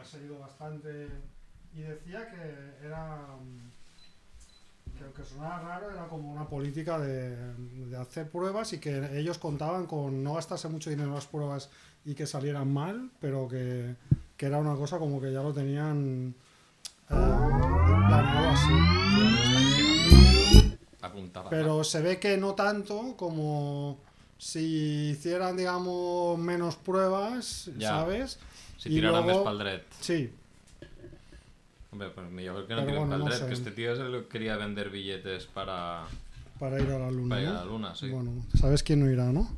ha seguido bastante y decía que era mm, que aunque sonaba raro era como una política de, de, hacer pruebas y que ellos contaban con no gastarse mucho dinero en las pruebas y que salieran mal, pero que, que era una cosa como que ya lo tenían eh, planeado así. Pero se ve que no tanto como si hicieran, digamos, menos pruebas, Ya. ¿sabes? Si Y tiraran de luego- espaldret. Sí, Hombre, pues yo creo que no Pero tiene bueno, no espaldret, sé. que este tío es el que quería vender billetes para, para ir a la luna. para ir ¿no? a la luna, sí. Bueno, sabes quién no irá, ¿no?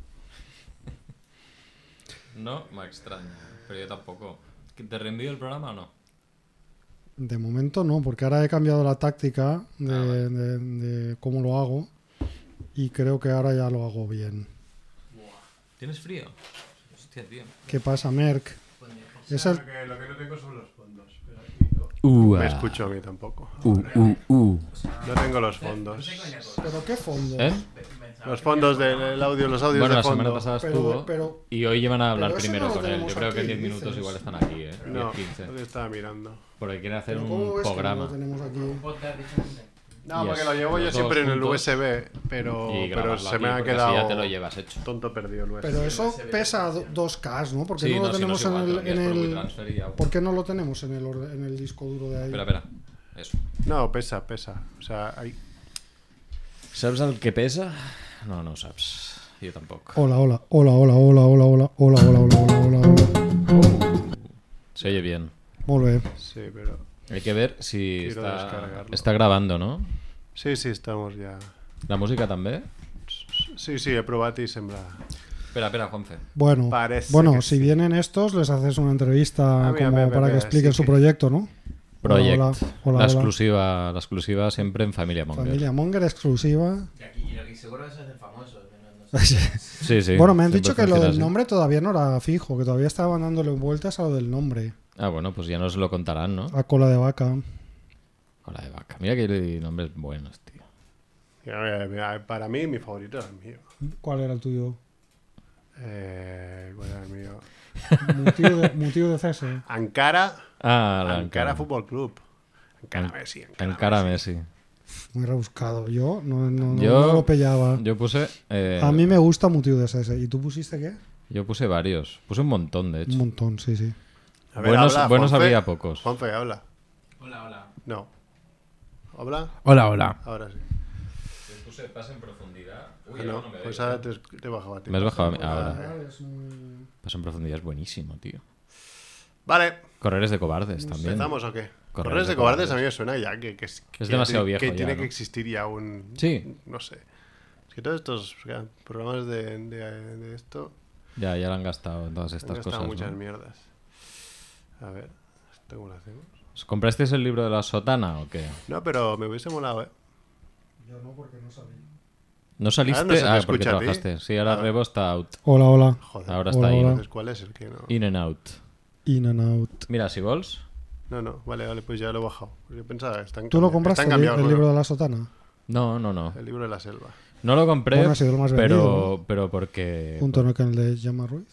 No, me extraña, pero yo tampoco. ¿Que ¿Te reenvío el programa o no? De momento no, porque ahora he cambiado la táctica de, Ah, vale. de- de cómo lo hago y creo que ahora ya lo hago bien. ¿Tienes frío? Hostia, tío. ¿Qué pasa, Merck? Es el- Lo, que, lo que no tengo son los fondos. pero aquí no. Me escucho a mí tampoco. Uh, No tengo los fondos. ¿Pero qué fondo? ¿Eh? Los fondos del el audio, los audios Bueno, de la semana fondo. pasada estuvo Pero, pero y hoy llevan a hablar pero eso no primero lo con él. tenemos Yo creo que aquí, 10 minutos dices. igual están aquí, ¿eh? No, 10, 15. lo que estaba mirando. Porque quieren hacer ¿pero ¿cómo ves un que no lo programa. tenemos aquí? No, Y porque es- lo llevo yo los siempre en dos el juntos. USB, pero, Y pero grabarlo se me aquí, ha porque quedado Así ya te lo llevas hecho. tonto perdido el USB. Pero eso pesa do- 2K, ¿no? ¿Por qué Sí, no lo no, si no tenemos es en, igual, te lo el, en envías por el- WeTransfer y ya. ¿Por qué no lo tenemos en el, orde- en el disco duro de ahí? Espera, espera. Eso. No, pesa, pesa. O sea, hay... ¿Saps el que pesa? No, no ho saps. Jo tampoc. Hola, hola, hola, hola, hola, hola, hola, hola, hola, hola, hola, hola, hola. Se oye bien. Molt bé. sí, pero... Hay que ver si Quiero está, descargarlo. está grabando, ¿no? Sí, sí, estamos ya. La música també? Sí, sí, he probado y sembra. Espera, espera, Juanfe. Bueno, Parece bueno que si sí. vienen estos, les haces una entrevista Ah, mira, como mira, para que mira, expliquen sí su que- proyecto, ¿no? Project. Hola, hola, hola. L'exclusiva l'exclusiva sempre en Família Monger. Familia Monger exclusiva. Y aquí, y aquí seguro eso es de famosos. que no- no sé. Sí, sí. bueno, me han dicho siempre que lo funciona del así. nombre todavía no era fijo, que todavía estaban dándole vueltas a lo del nombre, Ah, bueno, pues ya nos lo contarán, ¿no? a cola de vaca. Hola de vaca. Mira que hay nombres buenos, tío. Mira, mira, mira, para mí, mi favorito es el mío. ¿Cuál era el tuyo? Eh, ¿Cuál era el mío? Motivo de, motiu de cese. Ankara. Ah, Ankara, l'encara. Fútbol Club. Ankara An- Messi. Ankara Encara Messi. Muy rebuscado. Yo no, no, no- Yo- no lo pillaba. Yo puse... Eh, A mí me gusta motivo de cese. ¿Y tú pusiste qué? Yo puse varios. Puse un montón, Un de hecho. montón, sí, sí. Messi. A ver, buenos habla, buenos Juanfe. había pocos. Juanfe, habla. Hola, hola. No. ¿Habla? Hola, hola. Ahora sí. puse pase en profundidad. Ah, no, pues ahora te, te he bajado a ti. Me has bajado a mí. Ah, Ahora. Claro, Ah, es muy- Pase en profundidad es Pues buenísimo, tío. Vale, Correres de cobardes también. ¿empezamos o qué? Correos Correos de de cobardes a mí me suena ya que, que, es que demasiado tiene- viejo que ya, tiene ¿no? que existir ya un... Sí. No sé. Es que todos estos o sea, programas de, de, de esto Ya, ya lo han gastado en todas estas han gastado cosas. muchas ¿no? mierdas. A ver, ¿esto cómo lo hacemos? ¿Os ¿Comprasteis el libro de la sotana o qué? No, pero me hubiese molado, ¿eh? Yo no, porque no sabía. ¿No saliste? Ahora no se te ah, porque escucha a ti. trabajaste. Sí, ahora Rebo está out. Hola, hola. Joder. Ahora está Hola, in, hola. Entonces, ¿cuál es el que no? in and out. In and out. Mira, si vols, No, no, vale, vale, pues ya lo he bajado. Yo pensaba, están ¿Tú lo cambi- compraste están el, li- cambiados, el bueno, libro de la sotana? No, no, no. el libro de la selva. No lo compré, Bueno, ha sido el más pero, vendido, pero porque... Junto con el de Gemma Ruiz.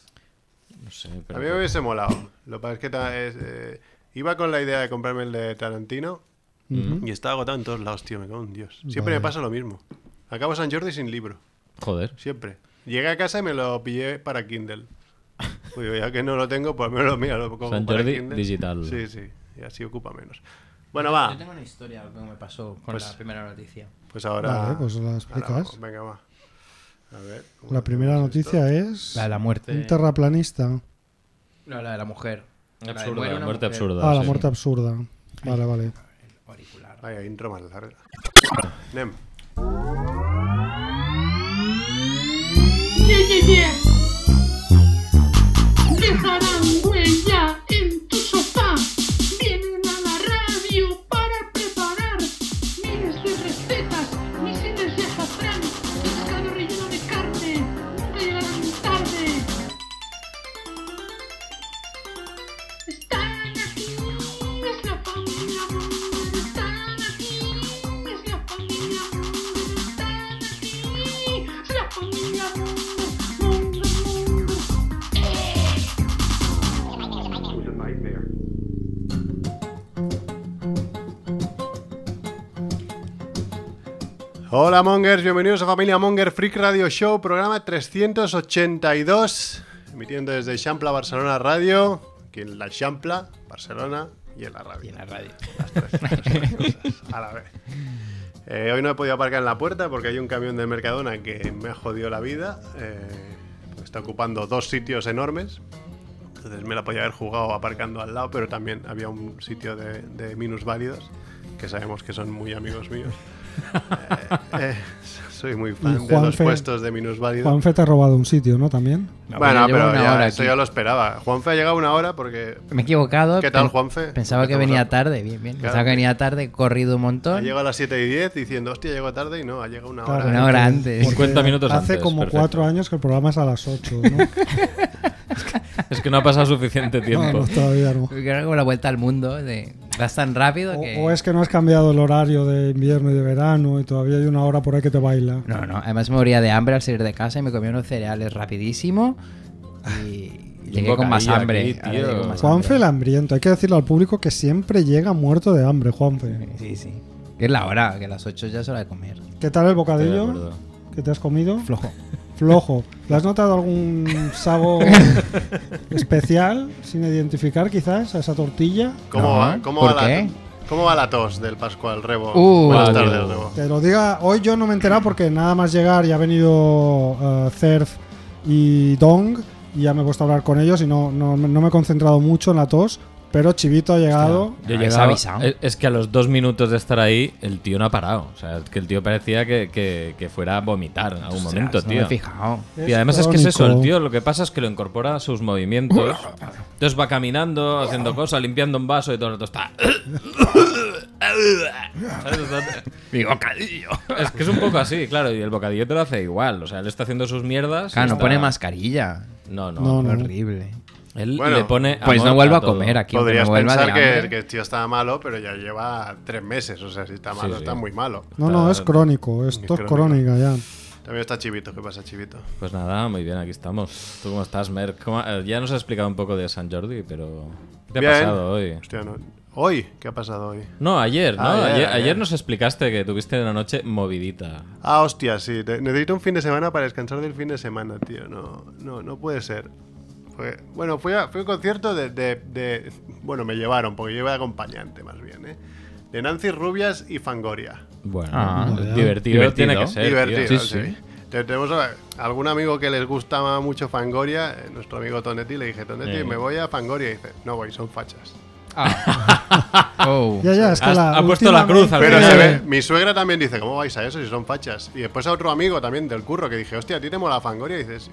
No sé, A pero... mí me hubiese molado. Lo que pasa es que ta- es, eh, iba con la idea de comprarme el de Tarantino y estaba agotado en todos lados, tío. Me cago en Dios. Siempre me Vale. pasa lo mismo. Acabo San Jordi sin libro. Joder. Siempre. Llegué a casa y me lo pillé para Kindle. Digo, ya que no lo tengo, pues me lo mira. Lo cojo San para Jordi Kindle. digital. Sí, sí. Y así ocupa menos. Bueno, Yo va. tengo una historia que me pasó con Ah. Pues- la primera noticia. Pues ahora. Vale, pues la ahora explicas. Pues va- venga, va. A ver. ¿cómo La primera hacemos esto? noticia es La de la muerte. un terraplanista. No, la de la mujer. La de Absurda, muere una muerte mujer. absurda. Ah, la sí. muerte absurda. Vale, vale. Auricular. Vaya, intro más larga. Nem. Yeah, yeah, yeah. Dejarán huella en tu sofá. Vienen a la radio para preparar miles de recetas, misiles de azafrán, pescado relleno de carne. Nunca llegarán tarde. Están aquí, es la familia Munger. Están aquí, es la familia Munger. Están aquí, es la familia Munger. Munger. Hola Mongers, bienvenidos a Familia Monger Freak Radio Show, programa 382, emitiendo desde Champla Barcelona Radio, aquí en la Champla, Barcelona y en la radio. Y en la radio. Las tres, las tres cosas a la vez. Eh, hoy no he podido aparcar en la puerta porque hay un camión del Mercadona que me ha jodido la vida. eh, porque está ocupando dos sitios enormes. Entonces me la podía haber jugado aparcando al lado, pero también había un sitio de, de minusválidos que sabemos que son muy amigos míos. Eh, eh, soy muy fan de los Juanfe- puestos de minusválidos. Juanfe te ha robado un sitio, ¿no? También. Bueno, pero una ya, hora eso aquí. ya lo esperaba. Juanfe ha llegado una hora porque Me he equivocado. ¿Qué tal, pen- Juanfe? Pensaba que Estamos venía a- tarde, bien, bien. Claro. Pensaba que venía tarde, he corrido un ha montón. llegado a las 7 y 10 diciendo, hostia, llego tarde y no, ha llegado una Claro, hora. Una hora antes. porque 50 minutos Hace antes, como perfecto. cuatro años que el programa es a las ocho, ¿no? Es que no ha pasado suficiente no, tiempo. no, todavía no. Porque era como la vuelta al mundo. De, vas tan rápido O, que. o es que no has cambiado el horario de invierno y de verano y todavía hay una hora por ahí que te baila. No, no. Además me moría de hambre al salir de casa y me comí unos cereales rapidísimo. Y llegué con más bocadillo hambre. aquí, Ahora tío. llego con más Juanfe el hambre. hambriento, hay que decirle al público que siempre llega muerto de hambre, Juanfe. Sí, sí. Que es la hora, que a las 8 ya es hora de comer. ¿Qué tal el Estoy de bocadillo acuerdo. que te has comido? Flojo. Flojo. ¿Le has notado algún sabor especial sin identificar quizás a esa tortilla? ¿Cómo, No, ¿eh? va, cómo, ¿por va la, qué? ¿Cómo va la tos del Pascual Rebo? Uh, Buenas Ah, tardes, Diego. Rebo. Te lo diga, hoy yo no me he enterado porque nada más llegar ya ha venido eh, Cerf y Dong y ya me he puesto a hablar con ellos y no, no, no me he concentrado mucho en la tos, pero Chivito ha llegado. Yo Ah, llegaba- ¿les ha avisado? es, es que a los dos minutos de estar ahí, el tío no ha parado. O sea, es que el tío parecía que, que- que fuera a vomitar en algún momento, Ostras, No me tío. he fijado. Y además es que es eso, el crónico. tío lo que pasa es que lo incorpora a sus movimientos. Entonces va caminando, haciendo cosas, limpiando un vaso y todo el rato está. ¿Sabes? Está- Mi bocadillo. Es que es un poco así, claro, y el bocadillo te lo hace igual. O sea, él está haciendo sus mierdas. y Claro, no está- pone mascarilla. No, no. No, no. Horrible. Él Bueno, le pone. Pues amor no vuelvo a todo. comer aquí. aunque me Podrías vuelva de pensar que, hambre. que el tío estaba malo, pero ya lleva tres meses. O sea, si está malo, Sí, sí. está muy malo. No, no, es crónico, esto es crónico. crónica ya. También está Chivito. ¿Qué pasa, Chivito? Pues nada, muy bien, aquí estamos. ¿Tú cómo estás, Merck? ¿Cómo- eh, Ya nos has explicado un poco de San Jordi, pero. ¿Qué te Bien. ha pasado hoy? Hostia, no- ¿Hoy? ¿Qué ha pasado hoy? No, ayer, ¿no? Ayer, Ayer, ayer ayer. nos explicaste que tuviste una noche movidita. Ah, hostia, sí. te- Necesito un fin de semana para descansar del fin de semana, tío. No, no, no puede ser. Fue- bueno, fui a, fui a un concierto de, de- de- Bueno, me llevaron, porque yo iba de acompañante, más bien, ¿eh? De Nancy Rubias y Fangoria. Bueno, Ah, divertido, Divertido. tiene que ser. Divertido, tío. sí. Te- Tenemos a- algún amigo que les gustaba mucho Fangoria, eh, nuestro amigo Tonetti, le dije, Tonetti, Eh. me voy a Fangoria. Y dice, no voy, son fachas. Ah. Oh. Ya, ya, es que Has- la ha puesto la cruz al últimamente- Pero Eh. se ve, mi suegra también dice, ¿cómo vais a eso si son fachas? Y después a otro amigo también del curro que dije, hostia, ¿a ti te mola Fangoria? Y dices,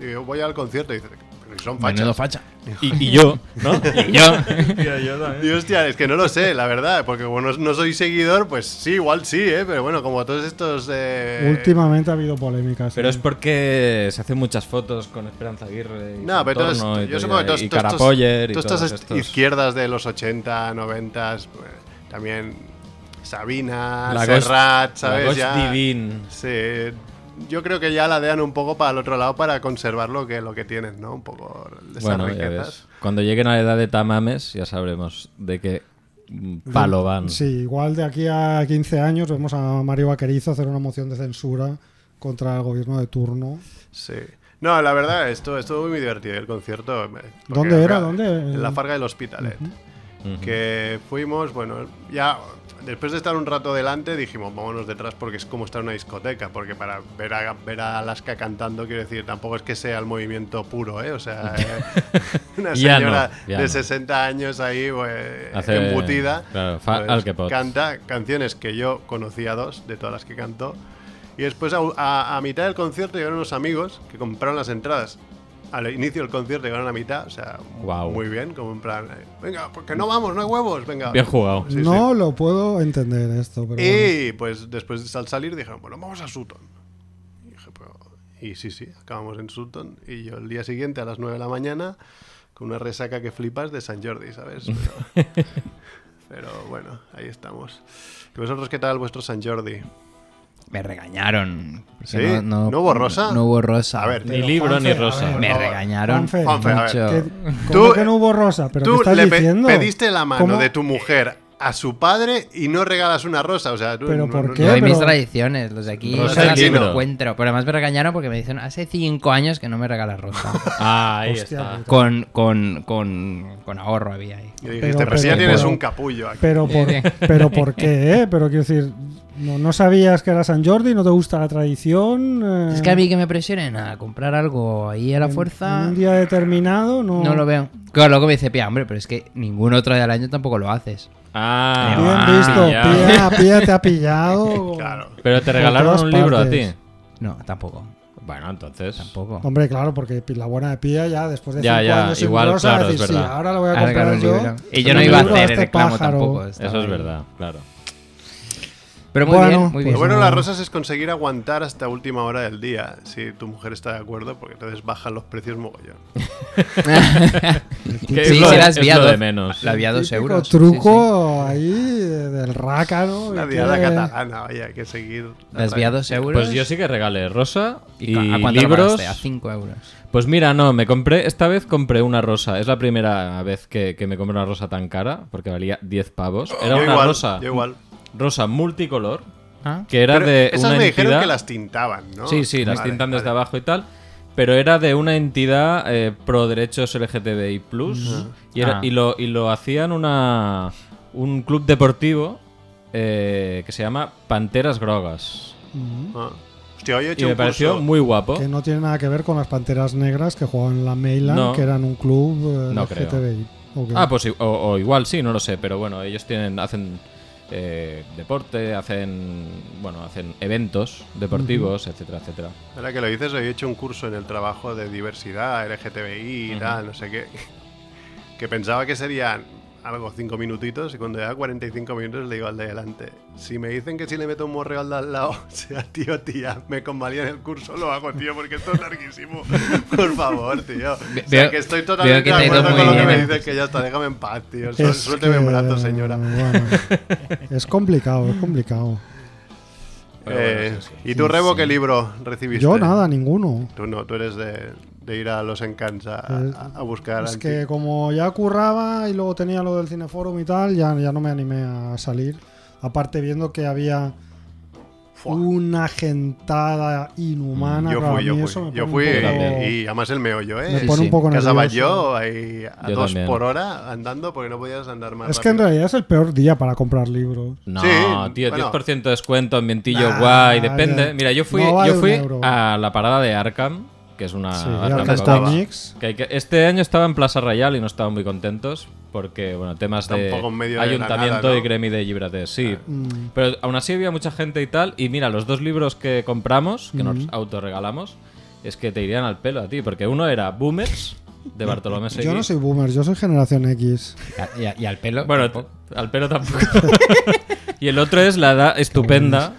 y yo voy al concierto y dice, pero si son Menudo fachas. facha. Y, y yo, ¿no? Y yo. Y hostia, es que no lo sé, la verdad, porque bueno, no soy seguidor, pues sí, igual sí, ¿eh? pero bueno, como todos estos... eh, Últimamente ha habido polémicas. Pero es porque se hacen muchas fotos con Esperanza Aguirre. Y No, pero Contorno todos- y yo todo- supongo que todos, y todos estos- Carapoller y todas todos estas estos. izquierdas de los 80, 90, pues, también Sabina, La Ghost- Serrat, ¿sabes? La Ghost Ya- Divine. Sí, yo creo que ya la dean un poco para el otro lado para conservar lo que, lo que tienen, ¿no? Un poco esas Bueno, ya riquezas. ves. Cuando lleguen a la edad de tamames, ya sabremos de qué mm, palo van. Sí, igual de aquí a 15 años vemos a Mario Vaquerizo hacer una moción de censura contra el gobierno de turno. Sí. No, la verdad, esto estuvo muy divertido el concierto. eh, porque ¿Dónde era? fue- ¿Dónde? En la Farga del Hospitalet. Que fuimos, bueno, ya después de estar un rato delante dijimos, vámonos detrás porque es como estar en una discoteca. Porque para ver a, ver a Alaska cantando, quiero decir, tampoco es que sea el movimiento puro, ¿eh? O sea, eh, una Ya señora no, ya de no. 60 años ahí, pues, Hace- embutida. claro, fa- pues, al que pots. Canta canciones que yo conocía dos, de todas las que cantó. Y después a, a- a mitad del concierto llegaron unos amigos que compraron las entradas. Al inicio del concierto llegaron a mitad, o sea, Guau. muy bien, como en plan, eh, venga, porque no vamos, no hay huevos, venga. Bien jugado. Sí, no lo puedo entender esto, pero bueno. Y pues después al salir dijeron, bueno, vamos a Sutton. Y dije, "Pero-". Y sí, sí, acabamos en Sutton. Y yo el día siguiente a las 9 de la mañana, con una resaca que flipas de San Jordi, ¿sabes? Pero, pero bueno, ahí estamos. ¿Y vosotros qué tal vuestro San Jordi? Me regañaron. porque ¿Sí? ¿No hubo rosa? No hubo rosa. A ver, Ni libro Juanfe, a ni ver, rosa. Me no, regañaron Juanfe, Juanfe, a ver, mucho. ¿Qué- ¿Cómo Tú- que no hubo rosa? ¿Pero qué Tú estás le pe- diciendo? pediste la mano ¿Cómo? de tu mujer a su padre y no regalas una rosa. O sea, tú Pero no- ¿por no- qué? no- Yo y mis Pero- tradiciones, los de aquí Rosa se del las libro. encuentro. Pero además me regañaron porque me dicen, hace cinco años que no me regalas rosa. Ah, ahí Hostia, pues, está. puta. con, con, con, con ahorro había ahí. Y dijiste, Pero- pero, si ya pero- tienes pero- un capullo aquí. Pero por, Sí, sí. pero por qué, ¿eh? Pero quiero decir, no, no sabías que era San Jordi, no te gusta la tradición. eh, Es que a mí que me presionen a comprar algo ahí a la en- fuerza, en un día determinado no. no lo veo. Claro, luego me dice, Pía, hombre, pero es que ningún otro día del año tampoco lo haces. Ah, Bien ah, visto, ya. pía, pía, te ha pillado. Claro. Pero te Por regalaron todas un libro a ti. partes. No, tampoco. Bueno, entonces. Tampoco. Hombre, claro, porque la buena de pía ya después de Ya, cinco ya, años sin igual, rosa, claro, es decir, sí, verdad. ahora lo voy a Ahora comprar regalo un yo. libro. Y yo Un no iba a libro hacer este reclamo pájaro. tampoco. estaba Eso es ahí. verdad, claro. Pero muy Bueno, bien, muy pues bien. Lo bueno no. de las rosas es conseguir aguantar hasta última hora del día, si tu mujer está de acuerdo, porque entonces bajan los precios mogollón. Que sí, es lo sí, de- la es has lo viado. de menos. La había dos Típico euros. sí, sí. truco ahí eh, del rácano. La y diada que- catalana, oye, hay que seguir. La has viado dos euros. Pues yo sí que regalé rosa y, ¿A cuánto lo libros. pagaste? A 5 euros. Pues mira, no, me compré, esta vez compré una rosa. Es la primera vez que, que me compré una rosa tan cara, porque valía 10 pavos. Era Oh, Yo una igual, rosa, Yo igual. rosa multicolor, ¿Ah? que era Pero de esas una me dijeron entidad... que las tintaban, ¿no? Sí, sí, las Vale, tintan desde vale. abajo y tal. Pero era de una entidad eh, pro derechos LGTBI+. Y, era- Ah. y, lo, y lo hacían una, un club deportivo eh, que se llama Panteras Grogas. Ujú. Ah. Hostia, hoy he Y hecho me un pareció curso. muy guapo. Que no tiene nada que ver con las panteras negras que jugaban en la Mailand, No. que eran un club eh, No creo. LGTBI. ¿O qué? Ah, pues i- o, o igual sí, no lo sé. Pero bueno, ellos tienen hacen eh, deporte, hacen bueno hacen eventos deportivos, etcétera, etcétera. Ahora que lo dices, hoy he hecho un curso en el trabajo de diversidad, LGTBI y tal, no sé qué. Que pensaba que serían algo cinco minutitos y cuando ya 45 minutos le digo al de delante, si me dicen que si le meto un morreo al de al lado, sea tío, tía, me convalían el curso, lo hago, tío, porque esto es larguísimo. Por favor, tío. o sea, Veo- que estoy veo totalmente que te ha de ido acuerdo con muy lo que bien, me ¿eh? dices, que ya está, déjame en paz, pues, tío. Sol- Es Suélteme en que, brazos, señora. bueno, es complicado, es complicado. Pero bueno, Eh, sí, sí. ¿Y tú, Rebo, qué libro recibiste? Yo nada, ninguno. Tú no, tú eres de, de ir a los encants a, Eh, a- a buscar. Es anti- que como ya curraba y luego tenía lo del cineforum y tal, ya, ya no me animé a salir. Aparte viendo que había Fua. una gentada inhumana. yo claro, fui, a yo mí fui. eso me yo pone fui un poco- y, y además el meollo, me ¿eh? Sí, pone sí. un poco Casaba nervioso. yo ahí a Yo dos también. por hora andando porque no podías andar más Es que en rápido. realidad es el peor día para comprar libros. No, Sí, tío, bueno. 10% de descuento, ambientillo Nah, guay, depende. ya. Mira, yo fui, No vale yo fui un euro. a la parada de Arkham, que es Ah, una... Sí, barra Arkham loca. estaba. Comics. Que hay que- este año estaba en Plaza Real y no estaban muy contentos porque, bueno, temas de Tampoco en medio de la ayuntamiento nada, ¿no? y gremi de Gibraltar, sí. Mm. Pero aún así había mucha gente y tal. Y mira, los dos libros que compramos, que nos autorregalamos, es que te irían al pelo a ti. Porque uno era Boomers, de Bartolomé Seguí. Yo no soy boomer, yo soy generación X. Y, a- y al pelo. Bueno, tampoco. t- al pelo tampoco. y el otro es La Edad Estupenda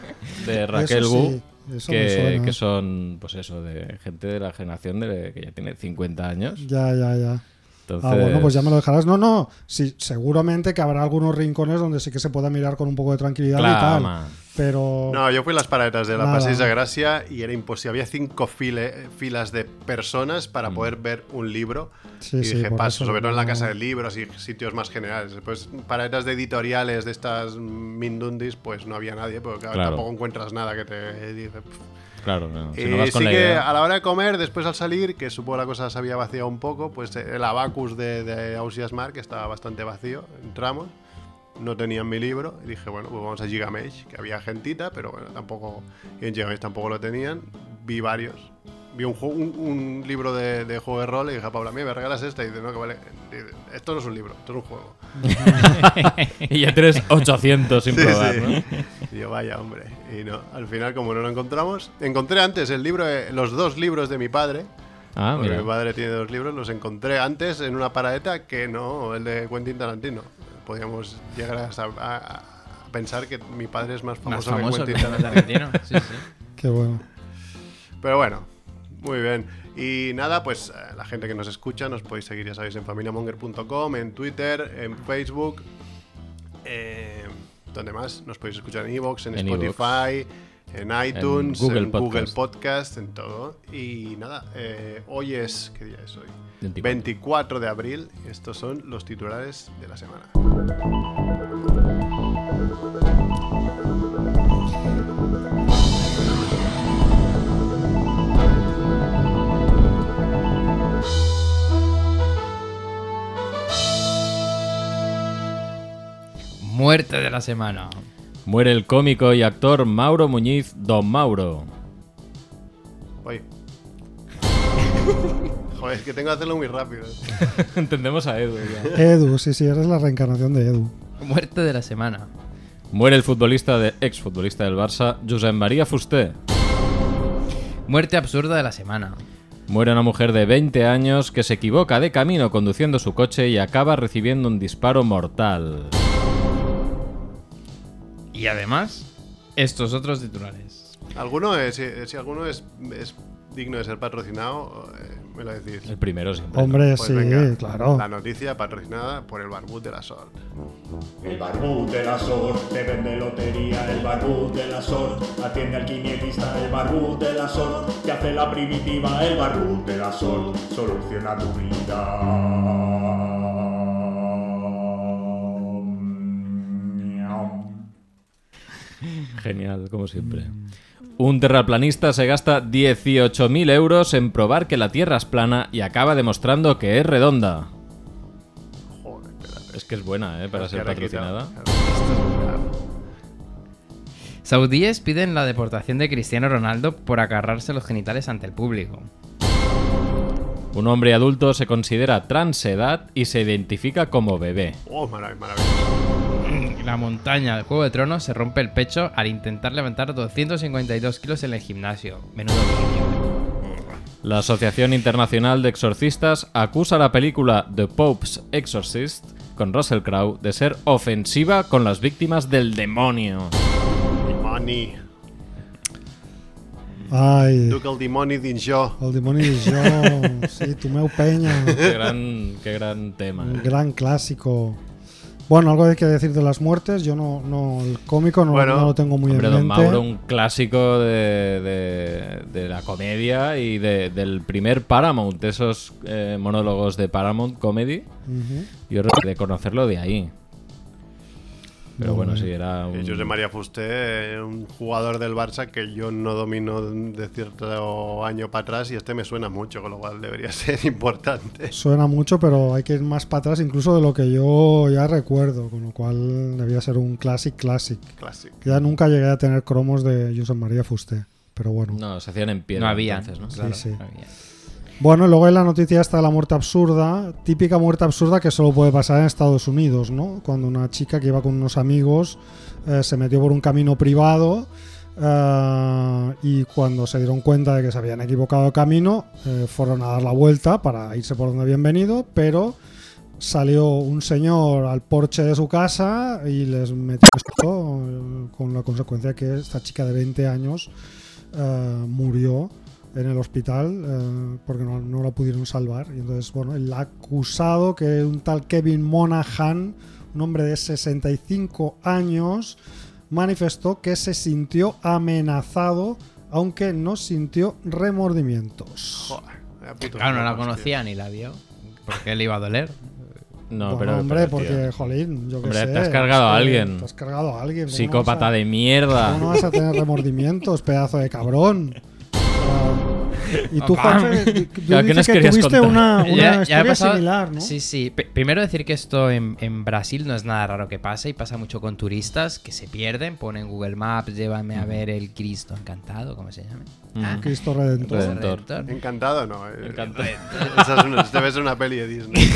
de Raquel Eso Wu. sí, eso me Que, suena. que son, pues eso, de gente de la generación de, que ya tiene 50 años. Ya, ya, ya. Entonces, Ah, bueno, pues ya me lo dejarás. No, no, sí, seguramente que habrá algunos rincones donde sí que se pueda mirar con un poco de tranquilidad y tal. Clama. Pero No, yo fui a las paradetas de la Nada. Pasilla Gracia y era imposible. Había cinco file- filas de personas para Mm. poder ver un libro. Sí, y sí, dije, por paso, eso sobre todo en la no- casa de libros y sitios más generales. Pues paradetas de editoriales de estas mindundis, pues no había nadie, porque claro, Claro. tampoco encuentras nada que te dice. "Pff, Claro, no. Si Eh, no vas con sí la que idea. a la hora de comer, después al salir, que supongo la cosa se había vaciado un poco, pues eh, el abacus de, de Ausias Mar, que estaba bastante vacío, entramos, no tenían mi libro, y dije, bueno, pues vamos a Gigamesh, que había gentita, pero bueno, tampoco, en Gigamesh tampoco lo tenían, vi varios. Vi un, juego- un- un libro de, de juego de rol y dije a Paula, mira, me regalas esta y dice, no, que vale, Dice, esto no es un libro, esto es un juego. Y ya tienes 800 sin Sí, probar, sí. ¿no? Y yo, vaya, hombre. Y no, al final, como no lo encontramos, encontré antes el libro, de- los dos libros de mi padre, Ah, Porque mira. mi padre tiene dos libros, los encontré antes en una paradeta que no, el de Quentin Tarantino. Podíamos llegar a, sab- a- a pensar que mi padre es más Más famoso, famoso que que Quentin Tarantino. Tarantino. Sí, sí. Qué bueno. Pero bueno, muy bien. Y nada, pues eh, la gente que nos escucha nos podéis seguir, ya sabéis, en familiamonger.com, en Twitter, en Facebook, eh, donde más, nos podéis escuchar en Evox, en, En Spotify, En iTunes, en Google Google, Podcast. Podcast. en todo. Y nada, eh, hoy es. ¿Qué día es hoy? 24. 24 de abril. Estos son los titulares de la semana. Muerte de la semana. Muere el cómico y actor Mauro Muñiz Don Mauro. Oye. Joder, es que tengo que hacerlo muy rápido. ¿eh? Entendemos a Edu ya. Edu, sí, sí, eres la reencarnación de Edu. Muerte de la semana. Muere el futbolista de exfutbolista del Barça, Josep María Fusté. Muerte absurda de la semana. Muere una mujer de 20 años que se equivoca de camino conduciendo su coche y acaba recibiendo un disparo mortal. Y además, estos otros titulares. Alguno es, eh, si alguno es, es digno de ser patrocinado, eh, me lo decís. El primero siempre. ¿no? Hombre, Pues sí, venga, claro. La noticia patrocinada por el Barbud de la Sol. El barbú de la SOR te vende lotería, el barbú de la SOR atiende al quinielista, el barbú de la SOR te hace la primitiva, el barbú de la SOR soluciona tu vida. Miau. Genial, como siempre. Un terraplanista se gasta 18.000 euros en probar que la Tierra es plana y acaba demostrando que es redonda. Joder, espérate. Es que es buena, ¿eh? Para Es que ser ahora Pues he quitado. patrocinada. Claro. Saudíes piden la deportación de Cristiano Ronaldo por agarrarse los genitales ante el público. Un hombre adulto se considera transedad y se identifica como bebé. Oh, marav- maravilloso. La montaña del Juego de Tronos se rompe el pecho al intentar levantar 252 kilos en el gimnasio. Menudo vídeo. La Asociación Internacional de Exorcistas acusa la película The Pope's Exorcist con Russell Crowe de ser ofensiva con las víctimas del demonio. Dimoni. Ai, Tu que el dimoni dins jo. el dimoni i jo, sí, Tomeu Peña, Qué gran, qué gran tema. un ¿eh? gran clásico. Bueno, algo hay que decir de las muertes, yo no, no el cómico no, Bueno, no lo tengo muy Hombre, en Don mente. Mauro, un clásico de, de- de la comedia y de- del primer Paramount, de esos eh, monólogos de Paramount Comedy. Ujú. Yo recuerdo de conocerlo de ahí. Pero bueno, sí, era un... Eh, José María Fuster, eh, un jugador del Barça que yo no domino de cierto año para atrás y este me suena mucho, con lo cual debería ser importante. Suena mucho, pero hay que ir más para atrás incluso de lo que yo ya recuerdo, con lo cual debía ser un classic classic. Clásico. Ya nunca llegué a tener cromos de Josep María Fuster, pero bueno. No, se hacían en piedra No había. entonces, ¿no? Claro, sí. no había. Bueno, luego hay la noticia esta de la muerte absurda, típica muerte absurda que solo puede pasar en Estados Unidos, ¿no? Cuando una chica que iba con unos amigos eh, se metió por un camino privado eh, y cuando se dieron cuenta de que se habían equivocado de camino, eh, fueron a dar la vuelta para irse por donde habían venido, pero salió un señor al porche de su casa y les metió esto, eh, con la consecuencia que esta chica de 20 años eh, murió en el hospital eh, porque no, no la pudieron salvar. Y entonces, bueno, el acusado, que un tal Kevin Monaghan, un hombre de 65 años, manifestó que se sintió amenazado, aunque no sintió remordimientos. Joder, vaya puto Claro, no la loco, hostia. conocía ni la vio. ¿Por qué le iba a doler? Bueno, No, pero... Pues hombre, pero, tío, porque, jolín, yo qué Hombre, sé. te has cargado a es que alguien. Te has cargado a alguien. ¿cómo Psicópata vas a- de mierda. ¿Cómo no vas a tener remordimientos, pedazo de cabrón? O sea, Y tú, Pam. Jorge, tú Claro, ¿qué dices nos que querías tuviste contar? una, una Ya- ya ha Ah, historia pasado- similar, ¿no? Sí, sí. P- primero decir que esto en, en Brasil no es nada raro que pase y pasa mucho con turistas que se pierden, ponen Google Maps, llévame a ver el Cristo encantado, como se llame. Mm. Ah, Cristo Redentor. Redentor. Encantado, no. eh. Encantado. Esa es una- este debe ser una peli de Disney.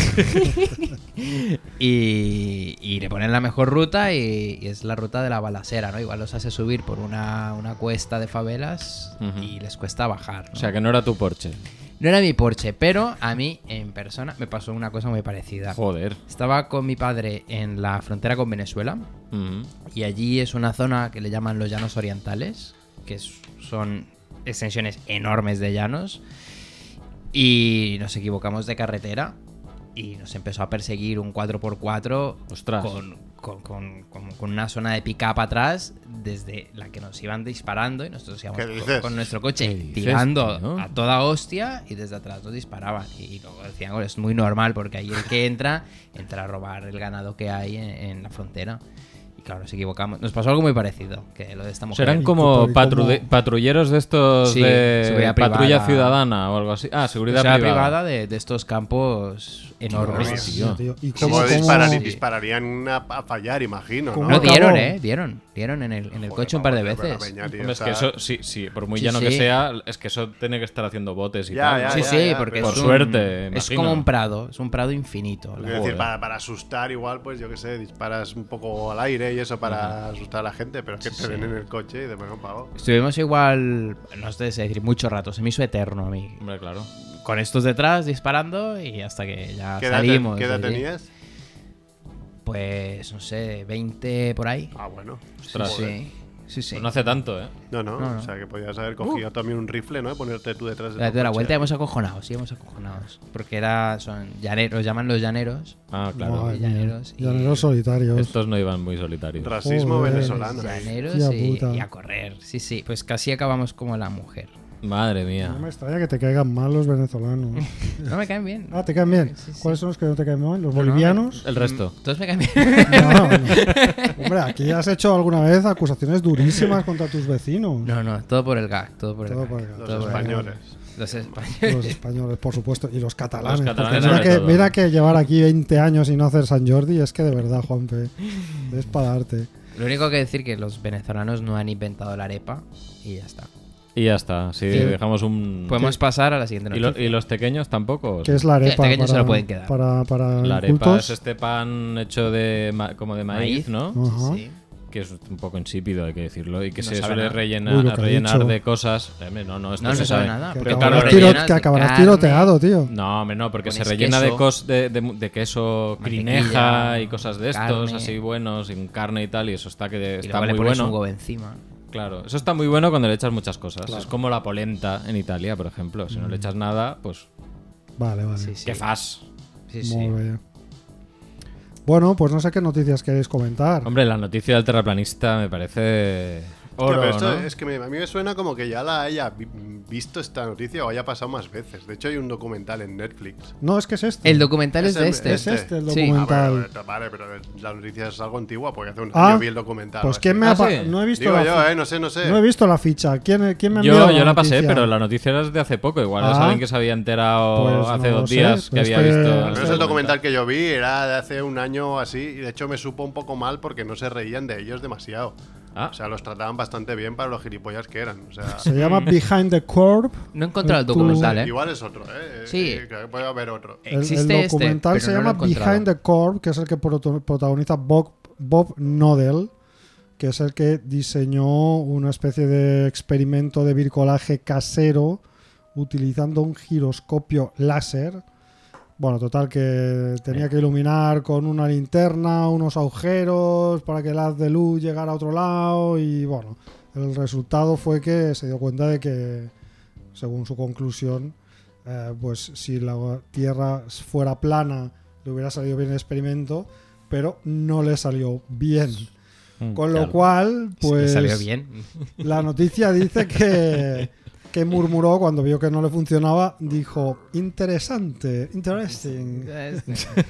Y, y le ponen la mejor ruta y, y es la ruta de la balacera, ¿no? Igual los hace subir por una, una cuesta de favelas Ujú. y les cuesta bajar. ¿no? O sea, que no era tu Porsche. No era mi Porsche, pero a mí en persona me pasó una cosa muy parecida. Joder. Estaba con mi padre en la frontera con Venezuela Mm. y allí es una zona que le llaman los llanos orientales, que es- son extensiones enormes de llanos. Y nos equivocamos de carretera y nos empezó a perseguir un 4x4 Ostras. con con, con- con- con una zona de pick-up atrás desde la que nos iban disparando y nosotros íbamos ¿Qué co- dices? con, nuestro coche ¿Qué dices, tirando tío? a toda hostia y desde atrás nos disparaban. Y, y luego decían, "Bueno, es muy normal porque ahí el que entra, entra a robar el ganado que hay en, en la frontera. Y claro, nos equivocamos. Nos pasó algo muy parecido que lo de esta O mujer. sea, eran Y como- como y patrulle- como- patrulleros de estos Sí, de seguridad patrulla privada. ciudadana o algo así. Ah, seguridad Seguridad privada. privada de, de estos campos enormes. Enormes, tío. tío. ¿Y Como cómo- disparar, y cómo- dispararían a, a fallar, imagino, ¿Cómo? ¿no? No, Acabó. dieron, ¿eh? Dieron. Dieron en el, en el Joder, coche un par de vamos, pero la veces. peña, tío, Hombre, es que está- eso, sí, sí, por muy Sí, llano que sí. sea, es que eso tiene que estar haciendo botes y Ya, tal. ya, Sí, ya. sí, porque Por es un- suerte, Es imagino. como un prado, es un prado infinito. la- Quiero decir, Joder. para, para asustar igual, pues yo qué sé, disparas un poco al aire y eso para asustar a la gente, pero es que te ven en el coche y de menos pago. Estuvimos igual, no sé si decir, mucho rato, se me hizo eterno a mí. Hombre, claro. Con estos detrás disparando y hasta que ya ¿Qué Ah, edad, te- salimos. qué edad de allí. tenías? Pues, no sé, 20 por ahí. Ah, bueno. Ostras. sí, sí, sí. Pues no hace tanto, ¿eh? No, no, No, no. o sea que podías haber cogido también un rifle, ¿no? Y ponerte tú detrás de La, tu de la coche. vuelta íbamos acojonados, sí, íbamos acojonados. Porque era, son llaneros, los llaman los llaneros. Ah, claro. Madre mía. Llaneros y- Llaneros solitarios. Estos no iban muy solitarios. Racismo Joder. venezolano. ¿eh? Llaneros Hostia y, puta. y a correr. Sí, sí, pues casi acabamos como la mujer. Madre mía. No me extraña que te caigan mal los venezolanos. No me caen bien. Ah, te caen bien. Sí, sí. ¿Cuáles son los que no te caen mal? ¿Los bolivianos? El resto. Mm, Todos me caen bien. No, no. Hombre, aquí has hecho alguna vez acusaciones durísimas contra tus vecinos. No, no, todo por el gag, todo por el Todo ¿eh? gag. por el gag. Los todo por el gag. españoles. Los españoles. Los españoles, por supuesto, y los catalanes. Los catalanes porque mira, sobre que, todo. mira que llevar aquí 20 años y no hacer San Jordi es que de verdad, Juanpe, es para darte. Lo único que decir que los venezolanos no han inventado la arepa y ya está. Y ya está. Si Sí. dejamos un. Podemos pasar a la siguiente ¿Y, noticia. lo- y los pequeños tampoco? ¿Qué es la arepa? Sí, pequeños este se lo pueden quedar. Para, para La arepa incultos? es este pan hecho de ma- como de maíz, Maíz. ¿no? Ajá. Sí. Que es un poco insípido, hay que decirlo, y que No se sabe suele nada. rellenar, Uy, lo que ha rellenar dicho. de cosas. Eh, Hombre, No, no, esto No, no se sabe. sabe nada, Que porque Pero claro, acabarás, claro, lo tiro- rellenas que de acabarás carne. tiroteado, tío. No, hombre, no, porque se Pones rellena de, queso, cos, de, de mu- de queso mantequilla, crineja y cosas de estos, carne. así buenos, sin carne y tal, y eso está que Y está luego le muy pones bueno. un huevo encima. Claro, eso está muy bueno cuando le echas muchas cosas. Es como la polenta en Italia, por ejemplo. Si no le Mm. echas nada, pues Vale, vale. Sí, sí. qué fas. Sí, sí. Muy bien. Bueno, pues no sé qué noticias queréis comentar. Hombre, la noticia del terraplanista me parece oro, Pero esto ¿no? es que me- a mí me suena como que ya la haya vi- visto esta noticia o haya pasado más veces. De hecho, hay un documental en Netflix. No, es que es este. El documental es Ese- de este. Es este el Sí. documental. Ah, bueno, bueno, vale, pero la noticia es algo antigua porque hace un Ah, año vi el documental. Pues así. quién me Ah, ha pa- sí. No he visto Digo la yo, ficha. eh, no sé, no sé. No he visto la ficha. ¿Quién, quién me ha enviado Yo, yo la pasé, noticia? pero la noticia era de hace poco. Igual es Ah. alguien que se había enterado Pues hace no lo dos sé, días que pues había fue- visto. Pero Pero Sí. ese documental que yo vi era de hace un año o así, y de hecho me supo un poco mal porque no se reían de ellos demasiado. Ah. O sea, los trataban bastante bien para los gilipollas que eran. O sea, Se llama Behind the Curve. No he encontrado el Tú- documental, ¿eh? igual es otro, ¿eh? Sí. Eh, creo que puede haber otro. El, el Existe este, documental pero se no lo llama he encontrado. Behind the Curve, que es el que proto- protagoniza Bob, Bob Nodel, que es el que diseñó una especie de experimento de bricolaje casero utilizando un giroscopio láser. Bueno, total, que tenía que iluminar con una linterna unos agujeros para que el haz de luz llegara a otro lado y bueno, el resultado fue que se dio cuenta de que, según su conclusión, eh, pues si la Tierra fuera plana le hubiera salido bien el experimento, pero no le salió bien. Mm, Con lo claro. cual, Sí, pues salió bien. la noticia dice que, que murmuró cuando vio que no le funcionaba, dijo, interesante, interesting. Este.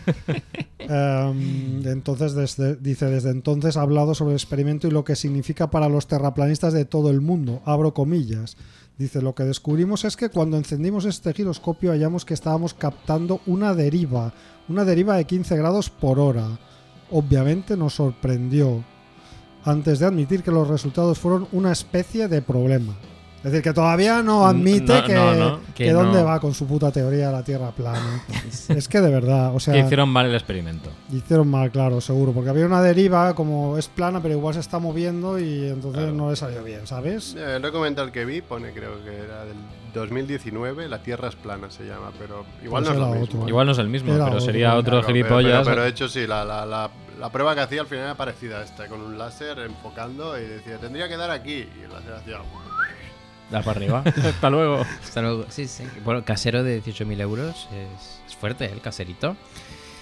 Em, entonces, desde, dice, desde entonces ha hablado sobre el experimento y lo que significa para los terraplanistas de todo el mundo. Abro comillas. Dice, lo que descubrimos es que cuando encendimos este giroscopio hallamos que estábamos captando una deriva, una deriva de 15 grados por hora. Obviamente nos sorprendió, antes de admitir que los resultados fueron una especie de problema. Es decir, que todavía no admite No, que, no, no, que, que dónde no. va con su puta teoría de la Tierra plana. es que de verdad, o sea... Que hicieron mal el experimento. Hicieron mal, claro, seguro, porque había una deriva como es plana, pero igual se está moviendo y entonces Claro. no le salió bien, ¿sabes? Eh, El documental que vi pone, creo que era del 2019, La Tierra es plana se llama, pero Pues igual no es era lo mismo. otro. Igual no es el mismo, Era pero otro. sería otro Claro, gilipollas. Pero, pero de hecho, sí, la, la- la- la prueba que hacía al final era parecida a esta, con un láser enfocando y decía, tendría que dar aquí. Y el láser hacía. Da para arriba. Hasta luego. Hasta luego. Sí, sí. Bueno, casero de 18.000 euros es, es fuerte, ¿eh? el caserito.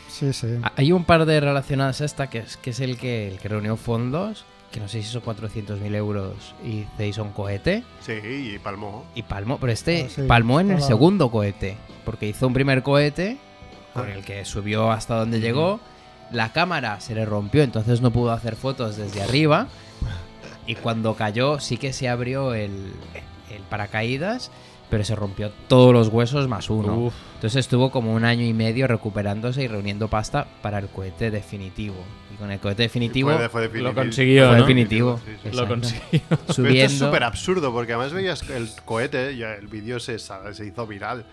Sí, sí. Ah. Ha- Hay un par de relacionadas a esta que es, que es el, que, el que reunió fondos, que no sé si son 400.000 euros y se hizo un cohete Sí, y palmó. y palmó, pero este Ah, sí, palmó en el claro. segundo cohete, porque hizo un primer cohete Ah. con el que subió hasta donde llegó, la cámara se le rompió, entonces no pudo hacer fotos desde arriba y cuando cayó sí que se abrió el, el paracaídas. Pero se rompió todos los huesos más uno. Uf. Entonces estuvo como un año y medio recuperándose y reuniendo pasta para el cohete definitivo. Y con el cohete definitivo Fue- fue definitiv- Lo consiguió, fue ¿no? definitivo. Sí, sí. Lo Exacto. consiguió. Pero esto es Subiendo. súper absurdo porque además veías que el cohete y el vídeo se, sa- se hizo viral.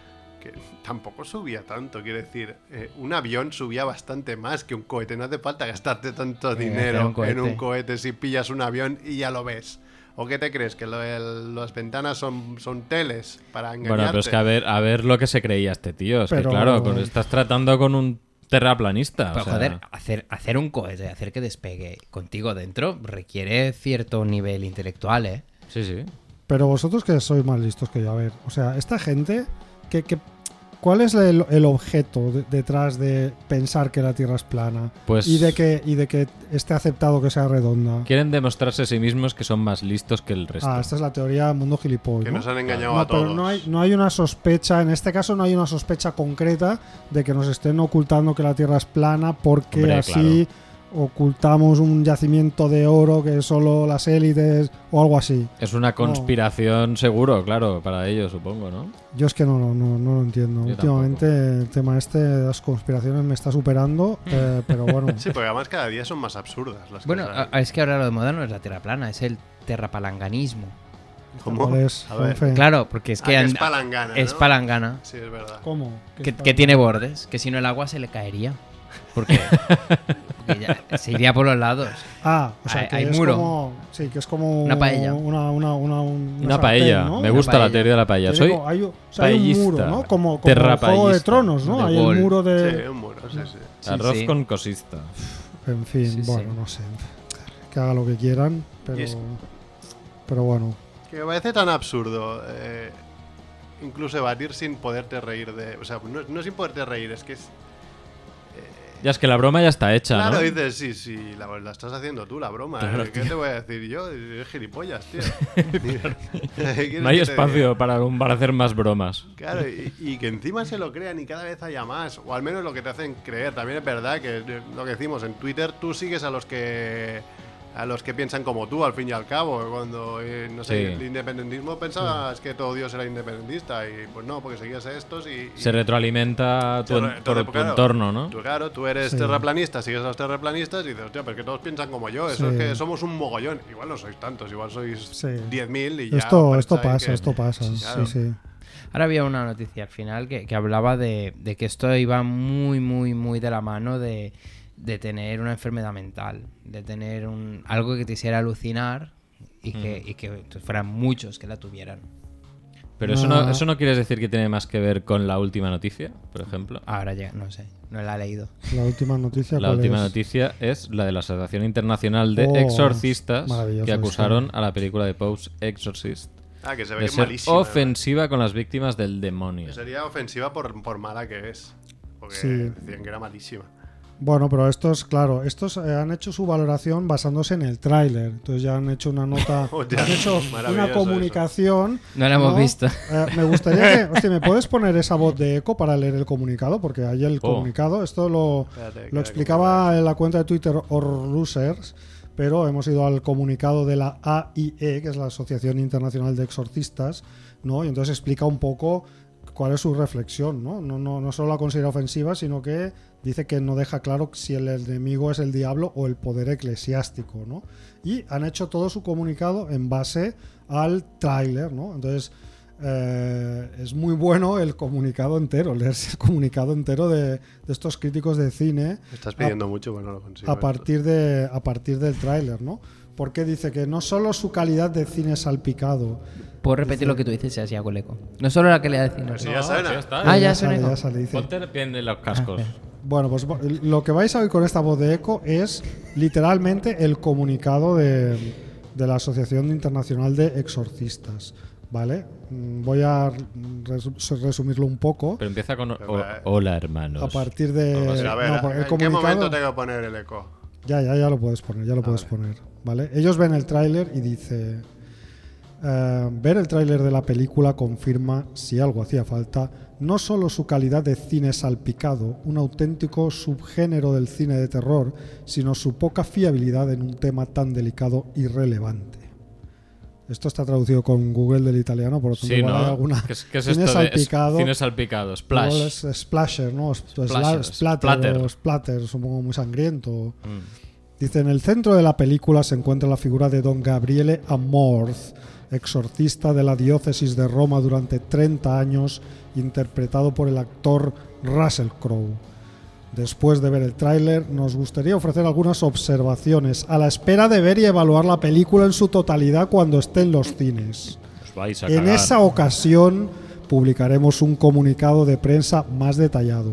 Que tampoco subía tanto, quiero decir, eh, un avión subía bastante más que un cohete. No hace falta gastarte tanto Eh, hacer dinero un cohete. en un cohete si pillas un avión y ya lo ves. ¿O qué te crees? ¿Que lo- el- las ventanas son, son teles para engañarte? Bueno, pero es que a ver, a ver lo que se creía este tío. Es que Pero- claro, con- estás tratando con un terraplanista. o Pero, sea, joder, hacer, hacer un cohete, hacer que despegue contigo dentro, requiere cierto nivel intelectual, ¿eh? Sí, sí. Pero vosotros que sois más listos que yo, a ver, o sea, esta gente, que, ¿cuál es el, el objeto de- detrás de pensar que la Tierra es plana? Pues- Y de que, y de que esté aceptado que sea redonda. Quieren demostrarse a sí mismos que son más listos que el resto. Ah, esta es la teoría mundo gilipollas. Que nos han engañado No, a todos. pero no hay, no hay una sospecha, en este caso no hay una sospecha concreta de que nos estén ocultando que la Tierra es plana porque Hombre, así ocultamos un yacimiento de oro que solo las élites o algo así. Es una conspiración seguro, claro, para ellos, supongo, ¿no? Yo es que no, lo- no, no lo entiendo. Yo Últimamente el tema este de las conspiraciones me está superando, Mm. eh, pero bueno. Sí, porque además cada día son más absurdas las Bueno, cosas. ¿eh? a- es que ahora lo de moda no es la tierra plana, es el terrapalanganismo. ¿Cómo? ¿Cuál es, A ver. Juanfe? Claro, porque es Ah, que que... es an- palangana, es ¿no? palangana, Sí, es verdad. ¿Cómo? ¿Qué que, está- que tiene bordes, que si no el agua se le caería. Porque, porque ya- se iría por los lados. Ah, o sea, Hay- que hay es muro. como. Sí, que es como. Una paella. Una, una, una, un- Una, sartén, paella. ¿no? Me Una gusta la paella. teoría de la paella. Tiene Soy como- hay, un- o sea, hay un paellista, muro, ¿no? Como, como el terrapayista, Juego de Tronos, ¿no? de Hay Wall. el muro Sí, de... un muro, sí, sí. Sí, arroz sí. con cosista. En fin, Sí, sí. bueno, no sé. Que haga lo que quieran, pero... Y es- Pero bueno. Que me parece tan absurdo. eh, incluso evadir sin poderte reír de. O sea, no, no sin poderte reír, es que es. Ya es que la broma ya está hecha, Claro, ¿no? dices, sí, sí, la, la estás haciendo tú, la broma. Claro, eh, ¿Qué tío. te voy a decir yo? Es gilipollas, tío. ¿Qué quieres No hay que te diga? espacio para, para hacer más bromas. Claro, y, y que encima se lo crean y cada vez haya más, o al menos lo que te hacen creer. También es verdad que eh, lo que decimos en Twitter, tú sigues a los que a los que piensan como tú, al fin y al cabo. Cuando, eh, no sé, Sí. el independentismo pensabas que todo Dios era independentista, y pues no, porque seguías a estos y. y- Se retroalimenta tu, se en- re- por entonces, tu claro, entorno, ¿no? Tú, claro, tú eres Sí. terraplanista, sigues a los terraplanistas y dices, hostia, pero es que todos piensan como yo, eso Sí. es que somos un mogollón. Igual no sois tantos, igual sois Sí. 10.000 y ya. Esto, esto pensáis pasa, que- esto pasa. Sí, claro. sí. Ahora había una noticia al final que, que hablaba de, de que esto iba muy, muy, muy de la mano de, de tener una enfermedad mental, de tener un, algo que te hiciera alucinar y Mm. que, y que fueran muchos que la tuvieran. Pero eso no, No. eso no quieres decir que tiene más que ver con la última noticia, por ejemplo. Ahora ya, no sé, no la he leído. La última noticia. La Ah, ¿cuál última es? noticia es la de la Asociación Internacional de Oh, Exorcistas maravilloso que esto. acusaron a la película de Pope's Exorcist Ah, que se ve que de es ser malísima. ofensiva con las víctimas del demonio. Sería ofensiva por, por mala que es. Porque Sí. decían que era malísima. Bueno, pero estos, claro, estos eh, han hecho su valoración basándose en el tráiler. Entonces ya han hecho una nota, Hostia, han hecho Oh, maravilloso una eso. comunicación. No la hemos visto. Eh, me gustaría que, hostia, ¿me puedes poner esa voz de eco para leer el comunicado? Porque hay el Oh. comunicado, esto lo, Espérate, que lo la explicaba en la cuenta de Twitter Horrorlosers, pero hemos ido al comunicado de la AIE, que es la Asociación Internacional de Exorcistas, ¿no? Y entonces explica un poco cuál es su reflexión, ¿no? No, no, no solo la considera ofensiva, sino que dice que no deja claro si el enemigo es el diablo o el poder eclesiástico, ¿no? Y han hecho todo su comunicado en base al tráiler, ¿no? Entonces, eh, es muy bueno el comunicado entero, leerse el comunicado entero de, de estos críticos de cine Me Estás pidiendo mucho, bueno, no lo consigo. ¿eh? a partir, de, a partir del tráiler, ¿no? Porque dice que no solo su calidad de cine es salpicado. Puedo repetir lo que tú dices, así hago el eco. No solo la que le decimos. Sí, ya sí, suena. está. Ah, ya sale, suena. ya sale, dice. Ponte bien en los cascos. Bueno, pues bo- lo que vais a oír con esta voz de eco es literalmente el comunicado de, de la Asociación Internacional de Exorcistas. ¿vale? Mm, Voy a resu- resumirlo un poco. Pero empieza con o- Pero, eh, hola hermanos. A partir de. no, Pero a ver, Eh, no, porque el ¿en qué momento comunicado- tengo que poner el eco? Ya, ya, ya lo puedes poner, Ah, ya lo puedes poner. ¿Vale? Ellos ven el tráiler y dice. eh, ver el tráiler de la película confirma, si algo hacía falta, no solo su calidad de cine salpicado, un auténtico subgénero del cine de terror, sino su poca fiabilidad en un tema tan delicado y relevante. Esto está traducido con Google del italiano, por lo tanto, Sí, Pues igual hay ¿no? alguna. ¿Qué es, qué es cine esto de es- salpicado. cine salpicado? Splash. Igual es Splasher, ¿no? Spl- Splasher, splatter, splatter. o splatter, supongo muy sangriento. Mm. Dice, en el centro de la película se encuentra la figura de don Gabriele Amorth, exorcista de la diócesis de Roma durante 30 años, interpretado por el actor Russell Crowe. Después de ver el tráiler, nos gustaría ofrecer algunas observaciones a la espera de ver y evaluar la película en su totalidad cuando esté en los cines. Os vais a En cagar. esa ocasión publicaremos un comunicado de prensa más detallado.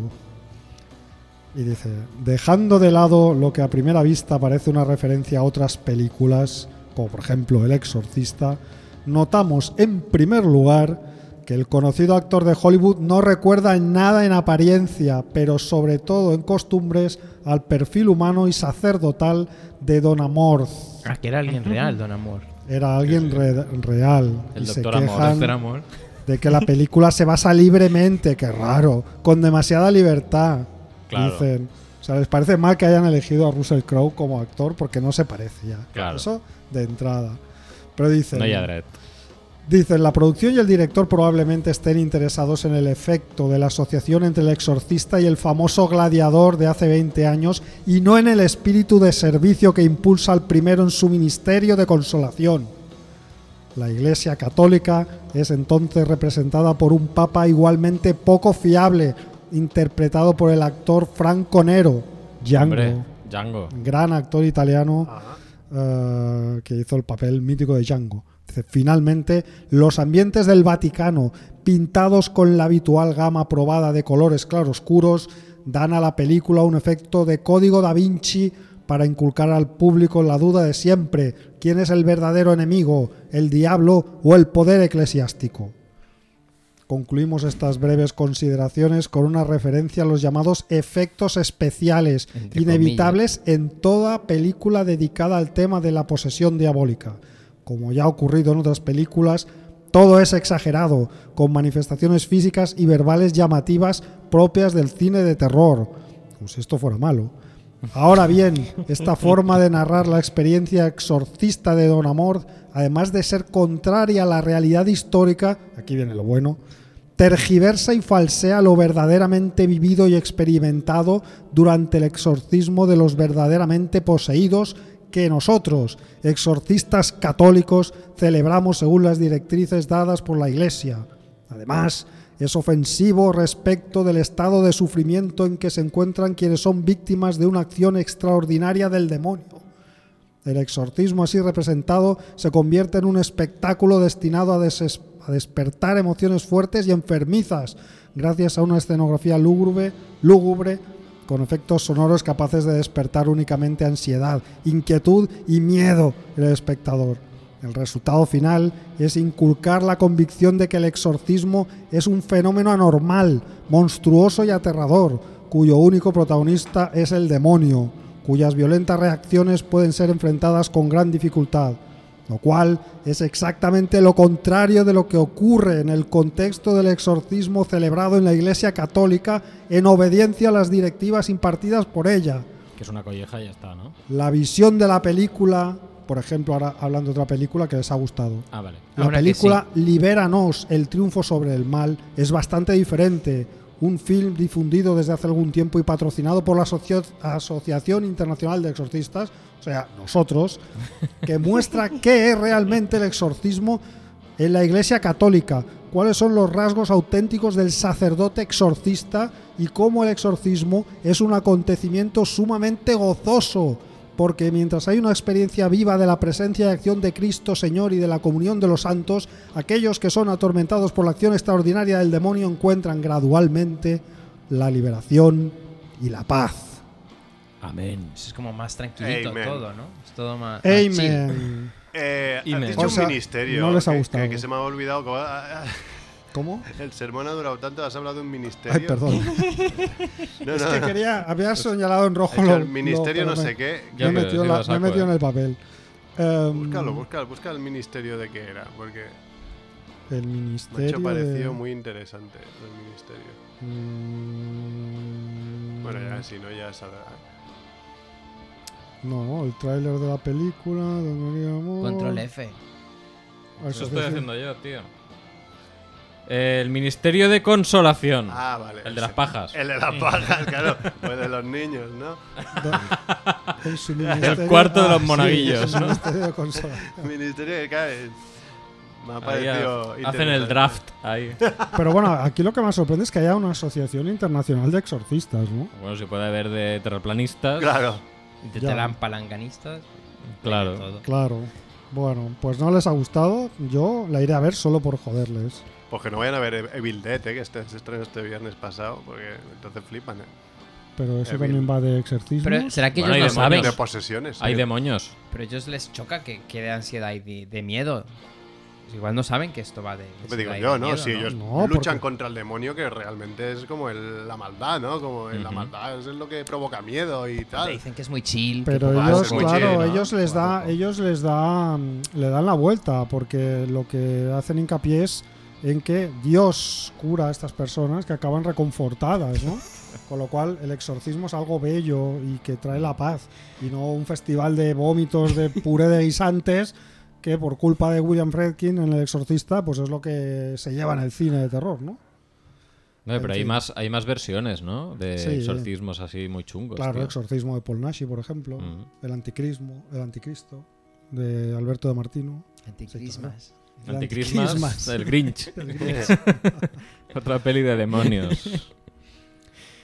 Y dice, dejando de lado lo que a primera vista parece una referencia a otras películas, como por ejemplo El Exorcista, notamos en primer lugar que el conocido actor de Hollywood no recuerda en nada en apariencia, pero sobre todo en costumbres, al perfil humano y sacerdotal de Don Amorth. Ah, que era alguien real, don amor. Era alguien re- real. El y se Doctor este Amor. quejan- Don amor. de que la película se basa libremente, qué raro, con demasiada libertad, Claro. dicen. O sea, les parece mal que hayan elegido a Russell Crowe como actor porque no se parece ya. Claro. Eso de entrada. Pero dicen, No hay adret. dicen, la producción y el director probablemente estén interesados en el efecto de la asociación entre el exorcista y el famoso gladiador de hace 20 años y no en el espíritu de servicio que impulsa al primero en su ministerio de consolación. La Iglesia Católica es entonces representada por un papa igualmente poco fiable, interpretado por el actor Franco Nero, Django, Hombre, Django. gran actor italiano Ajá. eh, que hizo el papel mítico de Django. Dice, Finalmente, los ambientes del Vaticano, pintados con la habitual gama probada de colores claroscuros, dan a la película un efecto de código da Vinci para inculcar al público la duda de siempre, quién es el verdadero enemigo, el diablo o el poder eclesiástico. Concluimos estas breves consideraciones con una referencia a los llamados efectos especiales, Entre inevitables en toda película dedicada al tema de la posesión diabólica. Como ya ha ocurrido en otras películas, todo es exagerado, con manifestaciones físicas y verbales llamativas propias del cine de terror, como si esto fuera malo. Ahora bien, esta forma de narrar la experiencia exorcista de Don Amor, además de ser contraria a la realidad histórica, aquí viene lo bueno, tergiversa y falsea lo verdaderamente vivido y experimentado durante el exorcismo de los verdaderamente poseídos que nosotros, exorcistas católicos, celebramos según las directrices dadas por la Iglesia. Además, es ofensivo respecto del estado de sufrimiento en que se encuentran quienes son víctimas de una acción extraordinaria del demonio. El exorcismo así representado se convierte en un espectáculo destinado a, deses- a despertar emociones fuertes y enfermizas, gracias a una escenografía lúgubre, lúgubre, con efectos sonoros capaces de despertar únicamente ansiedad, inquietud y miedo en el espectador. El resultado final es inculcar la convicción de que el exorcismo es un fenómeno anormal, monstruoso y aterrador, cuyo único protagonista es el demonio, cuyas violentas reacciones pueden ser enfrentadas con gran dificultad, lo cual es exactamente lo contrario de lo que ocurre en el contexto del exorcismo celebrado en la Iglesia Católica en obediencia a las directivas impartidas por ella. Que es una colleja y ya está, ¿no? La visión de la película, por ejemplo, ahora hablando de otra película que les ha gustado, Ah, vale. la Ahora que película Libéranos, el triunfo sobre el mal, es bastante diferente. Un film difundido desde hace algún tiempo y patrocinado por la Asocio- Asociación Internacional de Exorcistas, o sea, nosotros, que muestra qué es realmente el exorcismo en la Iglesia Católica, cuáles son los rasgos auténticos del sacerdote exorcista y cómo el exorcismo es un acontecimiento sumamente gozoso, porque mientras hay una experiencia viva de la presencia y acción de Cristo Señor y de la comunión de los santos, aquellos que son atormentados por la acción extraordinaria del demonio encuentran gradualmente la liberación y la paz. Amén. Pues es como más tranquilito Amen. todo, ¿no? Es todo más. más chill. Amen. Eh, has Email. dicho O sea, un ministerio. no les ha que- que- gustado. Que, se me ha olvidado. que va- ¿Cómo? El sermón ha durado tanto, has hablado de un ministerio. Ay, perdón. No, Es no, que no. quería, había señalado en He rojo dicho lo- el ministerio lo- no pero me- sé qué. Ya, Me he pero metido, sí en la- lo me he saco, metido eh. en el papel. Em, Búscalo, búscalo, busca el ministerio de qué era, porque El me ha ministerio. hecho parecido de- muy interesante el ministerio. Mm, Bueno, ya si no, ya saldrá. No, el tráiler de la película. Donde íbamos- Control F. Eso Lo Pues es estoy decir, haciendo yo, tío. El Ministerio de Consolación. Ah, eh, vale. Mm. El de las sí. pajas. El de las pajas, claro. O el de los niños, ¿no? do- en su ministerio- Ah, cuarto de los sí, monaguillos, el ¿no? ministerio de consolación. Ministerio de cae. Me ha Ahí parecido. ha- hacen el interesante. draft ahí. Pero bueno, aquí lo que más sorprende es que haya una asociación internacional de exorcistas, ¿no? Bueno, si puede haber de terraplanistas. Claro. Intentarán palancanistas. Claro. Todo. Claro. Bueno, pues no les ha gustado. Yo la iré a ver solo por joderles. Pues que no vayan a ver Evil Dead, ¿eh? que este, se estrenó este viernes pasado, porque entonces flipan. ¿eh? Pero eso Evil. también va de exorcismo. Pero será que Bueno, ellos hay no saben. demonios. De posesiones. Hay ¿eh? demonios. Pero ellos les choca que, que de ansiedad y de, de miedo. Pues igual no saben que esto va de. Te digo ansiedad y yo, de ¿no? miedo, si ellos No, luchan porque- contra el demonio, que realmente es como el- la maldad, ¿no? Como el- la Ujú. maldad es lo que provoca miedo y Te tal. dicen que es muy chill. que Pero poco Ah, ellos, es hace, muy claro, chill, ¿no? ellos les da, Poco. ellos les da, mm, le dan la vuelta porque lo que hacen hincapié es en que Dios cura a estas personas que acaban reconfortadas, ¿no? Con lo cual el exorcismo es algo bello y que trae la paz y no un festival de vómitos de puré de guisantes que por culpa de William Friedkin en El Exorcista pues es lo que se lleva en el cine de terror, ¿no? No, pero hay fin. más, hay más versiones, ¿no? De Sí. exorcismos así muy chungos. Claro, tío. el exorcismo de Paul Nashi, por ejemplo, Pues Ujú. el anticrismo, el anticristo de Alberto de Martino. Anticrismas. El Anticrismas, anticrismas. el Grinch. Otra peli de demonios.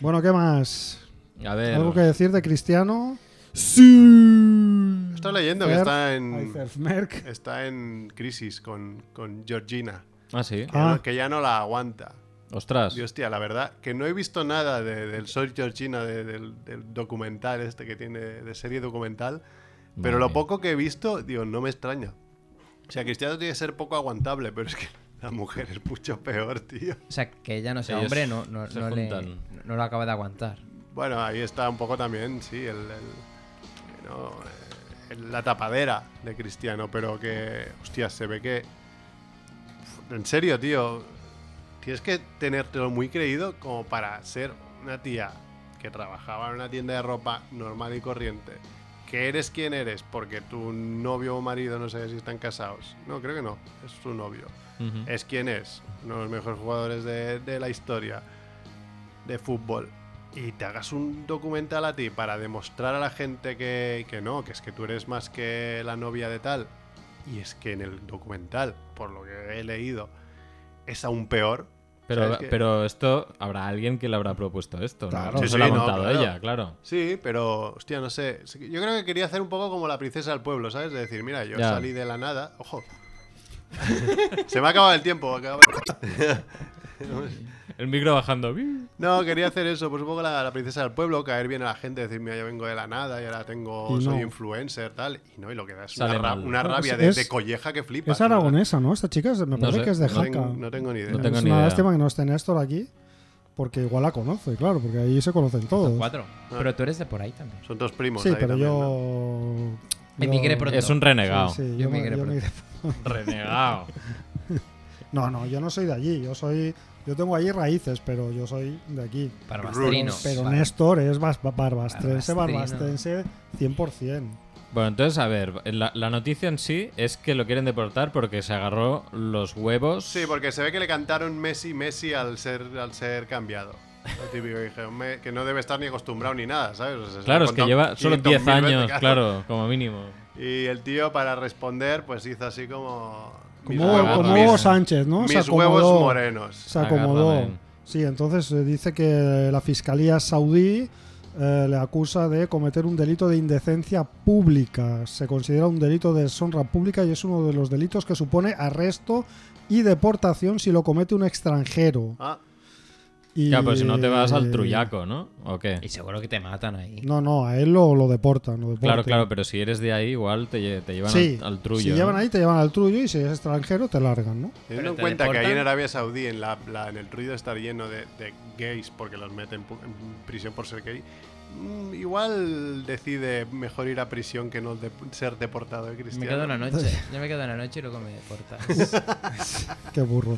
Bueno, ¿qué más? A ver. ¿Algo que decir de Cristiano? Estoy leyendo que Fer- está Ay, en, Cerf Merck. está en crisis con, con Georgina, Ah, sí. que, Ah. no- que ya no la aguanta. Ostras. Y hostia, la verdad, que no he visto nada de- del Soy Georgina, de- del, del documental este que tiene, de serie documental, Madre pero lo mía. poco que he visto, digo, no me extraña. O sea, Cristiano tiene que ser poco aguantable, pero es que la mujer es mucho peor, tío. O sea, que ella no sea Ellos hombre, no, no, se no le, juntan. no lo acaba de aguantar. Bueno, ahí está un poco también, sí, el, el- que no, eh, el- la tapadera de Cristiano, pero que, hostia, se ve que... En serio, tío, tienes que tenértelo muy creído como para ser una tía que trabajaba en una tienda de ropa normal y corriente. Que eres quien eres, porque tu novio o marido, no sé si están casados. No, creo que no, es su novio Ujú. es quien es, uno de los mejores jugadores de, de la historia de fútbol, y te hagas un documental a ti para demostrar a la gente que, que no, que es que tú eres más que la novia de tal, y es que en el documental, por lo que he leído, es aún peor. Pero, ¿Sabes qué? pero esto, habrá alguien que le habrá propuesto esto. ¿no? Claro. No Sí, se lo ha sí, no, montado claro. ella, claro. Sí, pero, hostia, no sé. Yo creo que quería hacer un poco como la princesa del pueblo, ¿sabes? De decir, mira, yo Ya. salí de la nada. Ojo. Se me ha acabado el tiempo. acaba- El micro bajando. No, quería hacer eso, pues un poco la, la princesa del pueblo, caer bien a la gente, decir, mira, yo vengo de la nada y ahora tengo, Y no. soy influencer, tal. Y no, y lo que da es una, Sale ra- mal. una No, rabia es- de, es- de colleja que flipa. Es aragonesa, ¿no? Esta chica es- me No parece sé, que es de no No Jaca. tengo, no tengo ni idea. No tengo es ni una idea. lástima que no esté Néstor aquí, porque igual la conoce, claro, porque ahí se conocen Son todos. cuatro. Ah. Pero tú eres de por ahí también. Son dos primos. Sí, ahí pero también, ¿no? yo... Me yo- migré pronto. Es un renegado. Sí, sí, Yo yo me- migré yo pronto. migré- Renegado. No, no, yo no soy de allí, yo soy... Yo tengo allí raíces, pero yo soy de aquí. Barbastrino. Pero Bar- Néstor es bas- ba- barbastrense, Barbastrino. barbastrense 100%. Bueno, entonces, a ver, la, la noticia en sí es que lo quieren deportar porque se agarró los huevos. Sí, porque se ve que le cantaron Messi, Messi al ser, al ser cambiado. Lo típico, dije, "Me- que no debe estar ni acostumbrado ni nada, ¿sabes? O sea, se lo Claro, han es que contado lleva solo 10 500.000 veces, años, claro, como mínimo. Y el tío, para responder, pues hizo así como. mis Como, huevos- como mis- Hugo Sánchez, ¿no? Se Mis huevos acomodó. morenos. se acomodó. Agárrame. Sí, entonces eh, dice que la fiscalía saudí eh, le acusa de cometer un delito de indecencia pública. Se considera un delito de deshonra pública y es uno de los delitos que supone arresto y deportación si lo comete un extranjero. Ah, Y, eh, Claro, pero pues, si no te vas al trullaco, ¿no? ¿O qué? Y seguro que te matan ahí. No, no, a él lo, lo deportan. lo Claro, deportan. claro, pero si eres de ahí, igual te, lle- te llevan Sí, al, al trullo. Si ¿no? llevan ahí, te llevan al trullo y si es extranjero, te largan, ¿no? Teniendo Pero en te cuenta que ahí en deportan. Arabia Saudí, en, la, la- en el ruido está lleno de, de gays porque los meten pu- en prisión por ser gay, mm, igual decide mejor ir a prisión que no de- ser deportado de Me quedo cristiano. una noche. Yo me quedo una noche y luego me deportas. Qué burro.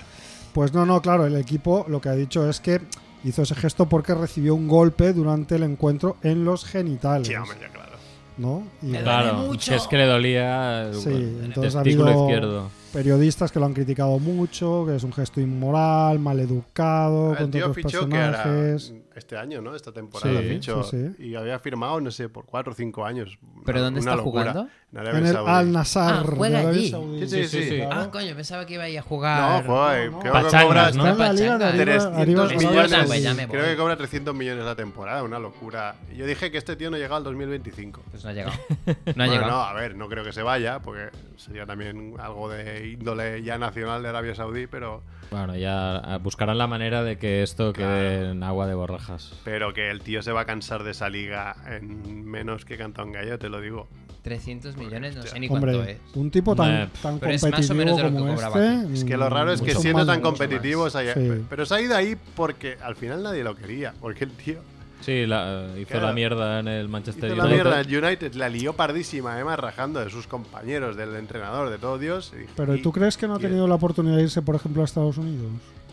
Pues no, no, claro, el equipo lo que ha dicho es que hizo ese gesto porque recibió un golpe durante el encuentro en los genitales. Sí, hombre, ya claro. ¿no? Y Te da- Claro, Duele mucho. que es que le dolía el Sí, el entonces ha testículo habido- izquierdo. periodistas que lo han criticado mucho, que es un gesto inmoral, maleducado, El contra tío otros fichó que era personajes. este año, ¿no? Esta temporada Sí, fichó. sí, sí. Y había firmado, no sé, por cuatro o cinco años. ¿Pero Una- dónde una está locura. jugando? En En Arabia el Saudí. Al Nassr Ah, juega de Arabia allí. Saudí. Sí, sí, sí, sí. claro. Ah, coño, pensaba que iba a ir a No, jugar. joder, Ah, no. creo que Pachangas, cobra ¿no? Está en la liga de Pachanga. arriba, 300 arriba Pues de millones. Arabia pues ya Saudí. me voy. Creo que cobra 300 millones la temporada, una locura. Yo dije que este tío no llegaba al 2025. Pues no ha llegado. No ha Bueno, llegado. no, a ver, no creo que se vaya, porque sería también algo de índole ya nacional de Arabia Saudí, pero, Bueno, ya ah, buscarán la manera de que esto quede en agua de borrajas. pero que el tío se va a cansar de esa liga en menos que canta un gallo, te lo digo. 300 millones, no sé ni cuánto Hombre, es. un tipo tan, Eh, tan pero es más o competitivo menos de lo que como cobraba este. Es que lo raro es que mucho siendo más, tan mucho más. competitivos, haya- Sí. pero se ha ido ahí porque al final nadie lo quería, porque el tío Sí, la- eh, hizo Claro. la mierda en el Este Manchester hizo la United. mierda al United, la lió pardísima, además rajando de sus compañeros, del entrenador, de todo Dios. y dije, Pero "Y- ¿tú crees que no ha y- tenido la oportunidad de irse, por ejemplo, a Estados Unidos?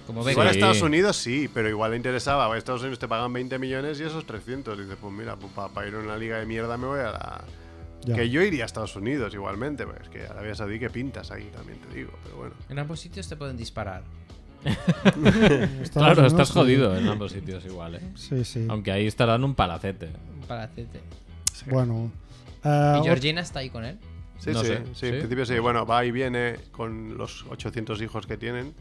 Como Sí. Igual a Beckham. Estados Unidos sí, pero igual le interesaba. A Estados Unidos te pagan 20 millones y esos 300. Dices, pues mira, para ir a una liga de mierda me voy a la. Ya. Que yo iría a Estados Unidos igualmente, pues es que Arabia Saudí que pintas ahí también te digo, pero bueno. En ambos sitios te pueden disparar. Estados Claro, Unidos, estás sí. jodido eh. en ambos sitios igual, ¿eh? Sí, sí. Aunque ahí estarán un palacete. Un palacete. Bueno. eh, ¿Y Georgina está ahí con él? Sí, No sí, sé, sí, sí. en principio sí. Bueno, va y viene con los 800 hijos que tienen.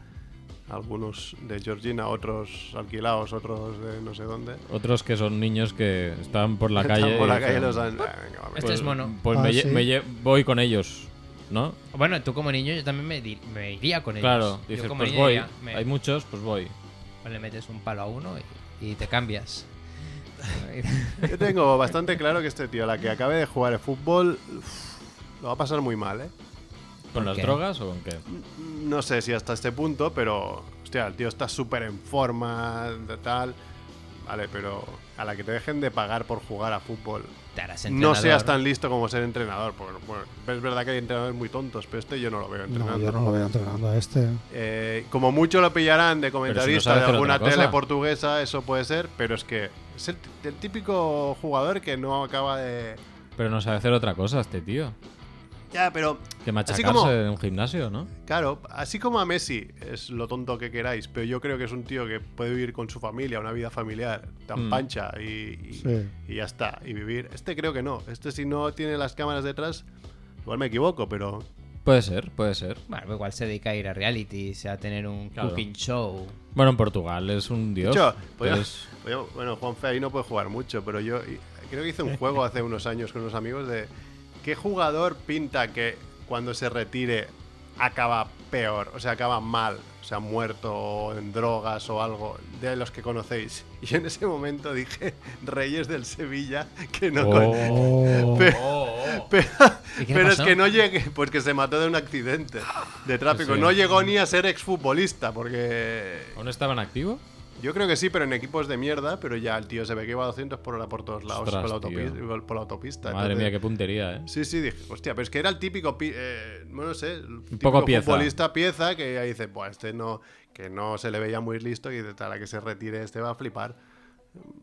Algunos de Georgina, otros alquilados, otros de no sé dónde. Otros que son niños que están por la calle. Por y la calle dicen, los han. "Ah, venga, va, Esto pues, es mono. Pues Ah, me, lle- sí. me lle- voy con ellos, ¿no? Bueno, tú como niño, yo también me, di- me iría con ellos. Claro, Yo dices, como pues niño voy. iría, me- Hay muchos, pues voy. le metes un palo a uno y, y te cambias. Yo tengo bastante claro que este tío, la que acabe de jugar el fútbol, uf, lo va a pasar muy mal, ¿eh? ¿Con ¿Con las qué? drogas o con qué? no sé si hasta este punto, pero hostia, el tío está súper en forma, de tal. Vale, pero a la que te dejen de pagar por jugar a fútbol, Te harás no seas entrenador. tan listo como ser entrenador. Porque, bueno, es verdad que hay entrenadores muy tontos, pero este yo no lo veo entrenando. No, yo no lo veo entrenando a este. Eh, como mucho lo pillarán de Pero si comentarista no sabe de hacer alguna otra cosa. tele portuguesa, eso puede ser, pero es que es el, t- el típico jugador que no acaba de. Pero no sabe hacer otra cosa este tío. Ya, pero Que machacarse como- en un gimnasio, ¿no? Claro, así como a Messi es lo tonto que queráis, pero yo creo que es un tío que puede vivir con su familia, una vida familiar tan Mm. pancha y, y- Sí. y ya está, y vivir. Este creo que no, este si no tiene las cámaras detrás, igual me equivoco, pero Puede ser, puede ser. Bueno, igual se dedica a ir a realities, a tener un Claro. cooking show. Bueno, en Portugal es un dios. Yo, pero podía- es- podía- bueno, Juan ahí no puede jugar mucho, pero yo y- creo que hice un juego hace unos años con unos amigos de qué jugador pinta que cuando se retire acaba peor, o sea, acaba mal, o sea, muerto o en drogas o algo, de los que conocéis. Y en ese momento dije Reyes del Sevilla, que no... con- Oh. Pe- pe- ¿Y qué le Pero es pasó? que no llegué, porque se mató de un accidente de tráfico. Sí. No llegó ni a ser exfutbolista, porque ¿Aún estaban activo? yo creo que sí, pero en equipos de mierda, pero ya el tío se ve que iba a 200 por hora por todos lados, Ostras, por, la tío. autopista, por la autopista. Madre mía, entonces- qué puntería, ¿eh? Sí, sí, dije, hostia, pero es que era el típico, pi- eh, no lo sé, un poco pieza. futbolista pieza que ya dice, pues este no, que no se le veía muy listo y de tal a que se retire este va a flipar.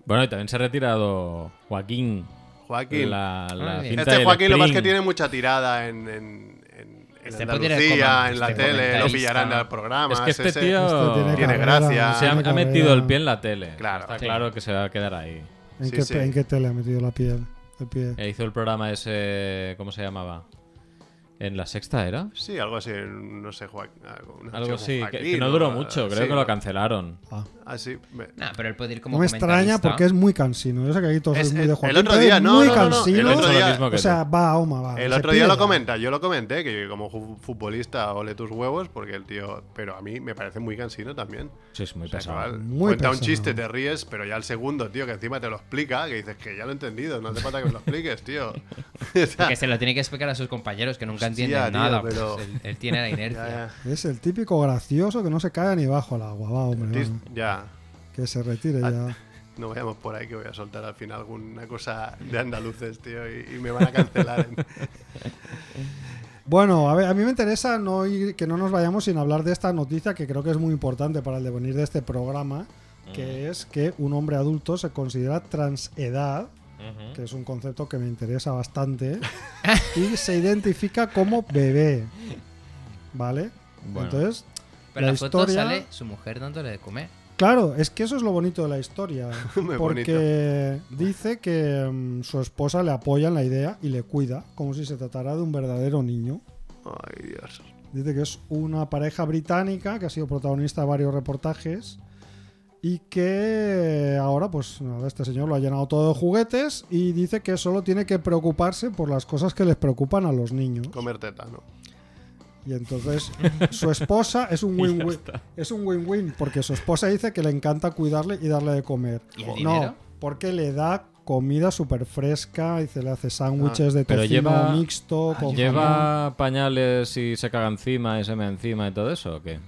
Bueno, y también se ha retirado Joaquín. Joaquín. La, la Ay, cinta Este del Joaquín lo más que Spring. tiene mucha tirada en, en, en- en Este podría ser Andalucía, comen- en la este tele, lo comentarista. pillarán en el programa. Es que este ese- tío Este tiene tiene carrera, gracia. se ha, tiene ha metido carrera. el pie en la tele. Ah, Claro. Está Sí. claro que se va a quedar ahí. ¿En, Sí, qué, sí. te- Eh, en qué tele ha metido la piel? El pie? E hizo el programa ese. ¿Cómo se llamaba? ¿En la sexta era? Sí, algo así, no sé, Joaquín. Algo, no sé, Algo así, que, Joaquín, que no duró mucho, creo Sí, que lo cancelaron. Ah. Ah, sí. me- Nah, pero él puede ir como No me extraña comentarista. porque es muy cansino. Yo sé que aquí todos Es- sois muy el- de el Joaquín, otro pero día- es no, muy no, no, el cansino. otro He hecho día- lo mismo que o sea, va, Oma, va. El se otro día lo pierde. comenta, yo lo comenté, que como ju- futbolista ole tus huevos, porque el tío. Pero a mí me parece muy cansino también. tú. Sí, es muy O sea, pesado. chaval, Muy cuenta un pesado. chiste, te ríes, pero ya el segundo, tío, que encima te lo explica, que dices que ya lo he entendido, no hace falta que me lo expliques, tío. O sea, Que se lo tiene que explicar a sus compañeros que nunca Hostia, entienden tío, nada. pero- pues, él, él tiene la inercia. ya, ya. Es el típico gracioso que no se cae ni bajo el agua. Va, hombre. Tis- va. ya. que se retire Ah, ya. No vayamos por ahí que voy a soltar al final alguna cosa de andaluces, tío, y, y me van a cancelar. en- Bueno, a, ver, a mí me interesa no ir- que no nos vayamos sin hablar de esta noticia que creo que es muy importante para el devenir de este programa, que es que un hombre adulto se considera transedad, que es un concepto que me interesa bastante, y se identifica como bebé. ¿Vale? Bueno. Entonces, Pero la en la foto historia- sale su mujer dándole de comer. Claro, es que eso es lo bonito de la historia. Muy porque dice que mm, su esposa le apoya en la idea y le cuida, como si se tratara de un verdadero niño. Ay, Dios. Dice que es una pareja británica que ha sido protagonista de varios reportajes y que ahora, pues nada, este señor lo ha llenado todo de juguetes y dice que solo tiene que preocuparse por las cosas que les preocupan a los niños. Comer teta, ¿no? Y entonces su esposa es un win-win. Es un win-win porque su esposa dice que le encanta cuidarle y darle de comer. ¿Y el no, dinero? porque le da comida súper fresca, dice, le hace sándwiches de pero tocino lleva- mixto con jamón. ¿Lleva pañales y se caga encima y se me encima y todo eso o qué?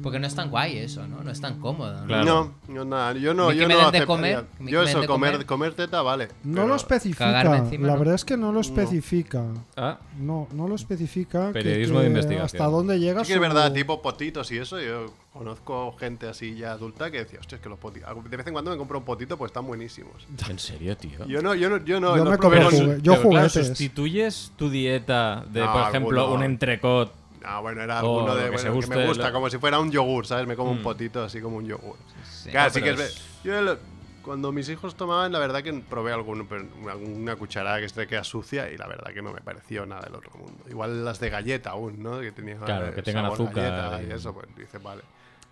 Porque no es tan guay eso, ¿no? No es tan cómodo. ¿no? Claro. No, no, nada, yo no, Ni que yo me no den de aceptaría. comer, Yo ni que me den eso, de comer, comer. comer teta, vale. No pero- lo especifica. cagarme encima, la ¿no? verdad es que no lo especifica. Ah, No, no lo especifica. que- Periodismo que de investigación. Hasta dónde llega Sí que su- es verdad, tipo potitos y eso. Yo conozco gente así ya adulta que decía, hostia, es que los potitos. De vez en cuando me compro un potito, pues están buenísimos. ¿en serio, tío? Yo no, yo no, yo no. Yo los me probé compro con- juguetes. yo Pero, claro, juguetes. ¿Sustituyes tu dieta de, No, por ejemplo, alguno. un entrecot? Ah, bueno, era O alguno Oh, lo de que bueno, se que guste, me gusta, lo- Mm. como si fuera un yogur, ¿sabes? Me como un potito así como un yogur. Sí. Claro, sí pero que es ve- es- Yo lo- cuando mis hijos tomaban, la verdad que probé alguno, pero alguna cucharada que se te queda sucia y la verdad que no me pareció nada del otro mundo. Igual las de galleta aún, ¿no? Que tenían Claro, eh, que tengan sabor azúcar galleta y- y eso, pues dices, vale.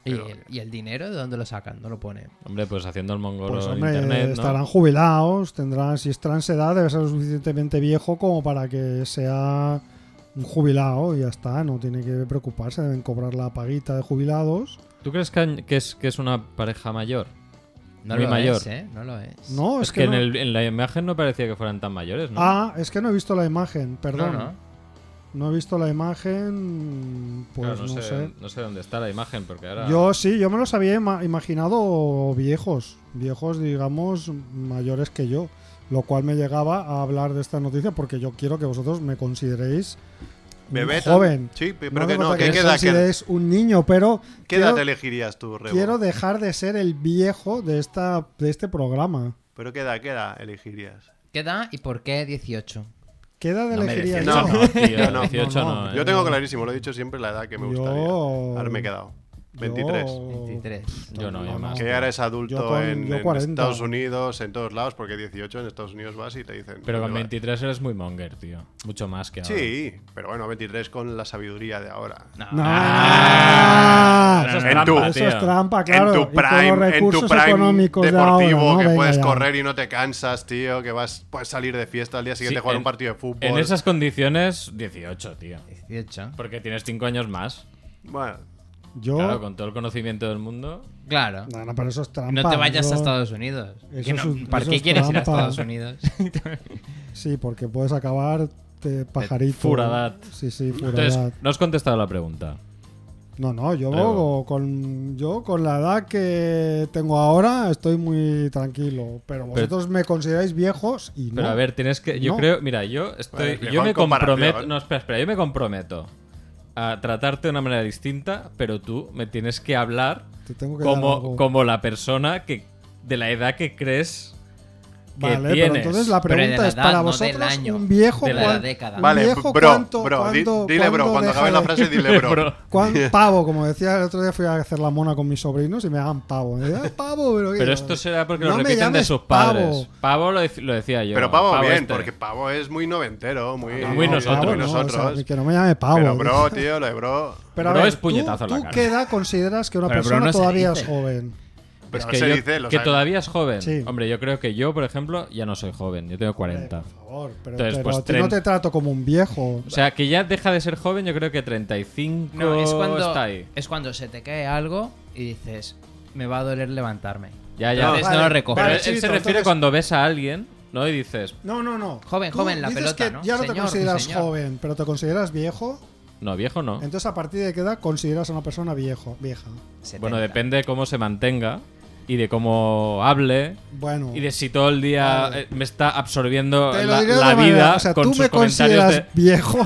¿Y, Pero- el, y el dinero de dónde lo sacan? No lo pone. Hombre, pues haciendo el mongolo Pues en hombre, internet, ¿no? estarán jubilados, tendrán, si es transedad, debe ser lo suficientemente viejo como para que sea un jubilado y ya está, no tiene que preocuparse, deben cobrar la paguita de jubilados. ¿Tú crees que, han- que es, que es una pareja mayor? No Muy lo mayor. es, ¿eh? No lo es. No, es, es, que, en, no- el- en la imagen no parecía que fueran tan mayores, ¿no? Ah, es que no he visto la imagen, No, perdón. No, no. he visto la imagen, pues Claro, no, sé. no sé dónde está la imagen, porque ahora... Yo sí, yo me los había ima- imaginado viejos, viejos digamos mayores que yo, lo cual me llegaba a hablar de esta noticia porque yo quiero que vosotros me consideréis un Bebé tam- joven. Sí, pe- pero hace que no, falta que me queda- que- consideréis un niño, pero ¿Qué edad quiero, elegirías tú, Rebo? quiero dejar de ser el viejo de esta de este programa. Pero ¿qué edad, qué edad elegirías? ¿Qué edad y por qué 18? ¿Qué edad No me elegiría decís, yo? no, no. Tío, No, no. 18 no, No, no. ¿eh? Yo tengo clarísimo, lo he dicho siempre, la edad que me Yo- gustaría. Ahora me he quedado. 23. Yo- 23. Yo no, yo más. Que ya eres adulto Yo con- en, yo en 40. Estados Unidos, en todos lados, porque 18 en Estados Unidos vas y te dicen. Pero con "Vale". 23 eres muy monger, tío. Mucho más que ahora. Sí, pero bueno, 23 con la sabiduría de ahora. No. Eso es En trampa, tu- Ah. Eso tío. es trampa, claro. Ah. en tu y con los prime, en recursos tu prime económicos de ahora, deportivo, ¿no? que Venga puedes ya. correr y no te cansas, tío, que vas puedes salir de fiesta al día siguiente Sí, a jugar en- un partido de fútbol. En esas condiciones, 18, tío. 18. Porque tienes 5 años más. Bueno, Yo. Claro, con todo el conocimiento del mundo. Claro. No, no, pero eso es trampa. No te vayas yo- a Estados Unidos. Eso Que no- es un- ¿Para eso qué es quieres ir a trampa. Estados Unidos? Sí, porque puedes acabar te- pajarito. Eh, furadad. Sí, sí, furadad. Entonces, no has contestado la pregunta. No, no, yo Pero- con yo con la edad que tengo ahora estoy muy tranquilo, pero vosotros me consideráis viejos y no. Pero a ver, tienes que. Yo No. creo. Mira, yo estoy. Vale, que yo Juan me comparación. comprometo. No, espera, espera. Yo me comprometo a tratarte de una manera distinta, pero tú me tienes que hablar Te tengo que dar como, algo. como la persona que de la edad que crees Vale, pero tienes. entonces la Pero de pregunta la es edad, para no vosotros del año, un viejo de la cuan- década. un Vale, Ah. viejo bro, cuánto- bro, di- cuánto- dile bro, cuándo cuando deja acabes la de- frase dile bro. Bro. cuán- pavo, como decía el otro día fui a hacer la mona con mis sobrinos y me hagan pavo. Me decían, pavo, pero qué Pero dices? esto será porque No lo me repiten de llames sus pavo. padres. Pavo lo, dec- lo decía yo. Pero pavo, bien, este. Ah, porque pavo es muy noventero, muy, No, Muy no, nosotros. pavo muy no, o sea, nosotros. que no me llame pavo. ¿eh? pero bro, tío, lo de bro. Pero a Bro ver, es puñetazo ¿tú, a la tú cara. qué edad consideras que una Pero bro persona no se todavía dice. es joven? Pero Es que, se yo- dice, lo que sabe. todavía es joven. Sí. Hombre, yo creo que yo, por ejemplo, ya no soy joven. Yo tengo 40. Eh, por favor, pero, Entonces, pero pues, a ti no 30. te trato como un viejo. O sea, que ya deja de ser joven, yo creo que 35 No, es cuando, está ahí. es cuando se te cae algo y dices, me va a doler levantarme. Ya, ya. Entonces Vale, no lo Pero recoges. vale, él, él chico, se refiere entonces- cuando ves a alguien, ¿no? Y dices, No, no, no. Joven, Tú joven, la dices pelota, que ¿no? Ya no te Señor, consideras señor. joven, pero te consideras viejo. no, viejo no. Entonces, ¿a partir de qué edad consideras a una persona viejo, vieja? 70. Bueno, depende de cómo se mantenga y de cómo hable Bueno, y de si todo el día Vale. eh, me está absorbiendo te lo la, diré de la otra vida manera. O sea, con tú sus me comentarios consideras de... viejo.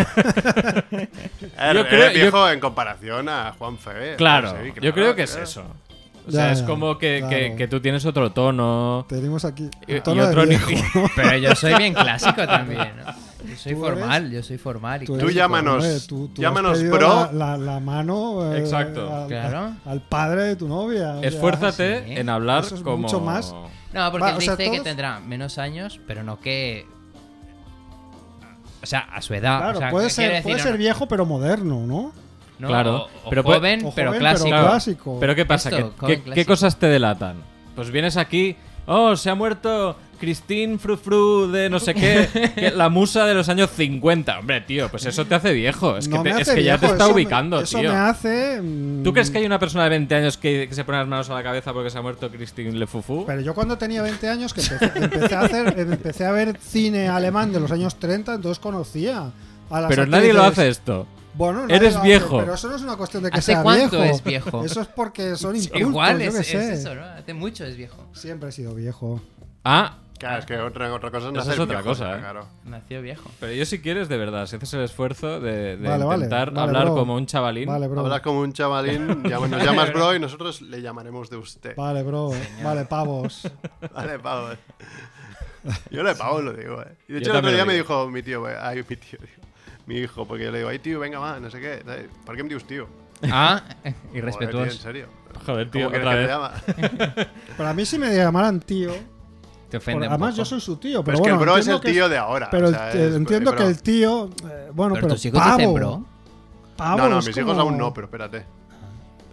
Eh, Yo eres creo- yo- viejo en comparación a Juan eh, Febe. Claro, Sí, yo creo que es claro. eso. O Ya, sea, es ya, como que, claro. que- que tú tienes otro tono. Tenemos aquí un Y, y tono de otro viejo. nivel. Pero yo soy bien clásico también. ¿no? Yo soy Tú eres- formal, yo soy formal. Y Tú clásico. eres- llámanos- hombre, tú- tú has llámanos pedido pro. La, la- la mano eh, Exacto. al, Claro. al padre de tu novia. o sea, Esfuérzate sí. en hablar ah, Eso es como. mucho más. No, porque Va, él o sea, dice que todos- tendrá menos años, pero no que. O sea, a su edad. Claro, o sea, puede, que quiere ser, puede decir, ser viejo pero moderno, ¿no? no, Claro, o- o pero puede- joven, o pero joven, clásico. pero clásico. Pero ¿qué pasa? Esto, ¿Qué- joven qué, qué clásico. cosas te delatan? Pues vienes aquí. Oh, se ha muerto Christine Frufru de no sé qué, que- la musa de los años 50. Hombre, tío, pues eso te hace viejo. Es que, No te- me es hace que ya te viejo, está eso me- ubicando, eso tío. me hace. mm, ¿Tú crees que hay una persona de 20 años que, que se pone las manos a la cabeza porque se ha muerto Christine Lefufu? Pero yo cuando tenía 20 años que empecé, empecé a hacer, empecé a ver cine alemán de los años 30, entonces conocía a las Pero nadie lo hace actrices. esto. Bueno, nadie Eres lo hace, viejo. pero eso no es una cuestión de que ¿Hace sea cuánto viejo. es viejo? Eso es porque son incultos, Igual, yo es, qué es sé. eso, ¿no? Hace mucho es viejo. Siempre he sido viejo. Ah, Claro, es que otra, otra cosa es Eso nacer es otra viejo, cosa, ¿eh? claro. Nació viejo. pero yo si quieres, de verdad, si haces el esfuerzo de, de Vale, vale, intentar vale, hablar bro. como un chavalín. Vale, bro. Hablas como un chavalín, llama- nos llamas bro y nosotros le llamaremos de usted. Vale, bro. Vale, pavos. Vale, pavo. Yo le pavo lo digo, eh. Y Yo de hecho, el otro también día lo me digo. dijo mi tío, eh, ay, mi tío, digo, mi hijo, porque yo le digo, ay, tío, venga, va, no sé qué. ¿sabes? ¿Por qué me dices tío? Ah, Joder, tío, en irrespetuoso. serio. Joder, tío, ¿Cómo quieres otra vez. que te llama? Pero a mí si me llamaran tío. Te por- ofende. un además poco. yo soy su tío, Pero pero es que bueno, el bro es el entiendo que tío de ahora. Pero o el- sea, eh, es- entiendo es que bro. el tío, eh, bueno, Pero pero, tus hijos pavo, dicen, bro. pavo, No, no, Ah, es mis hijos como- aún no, pero espérate.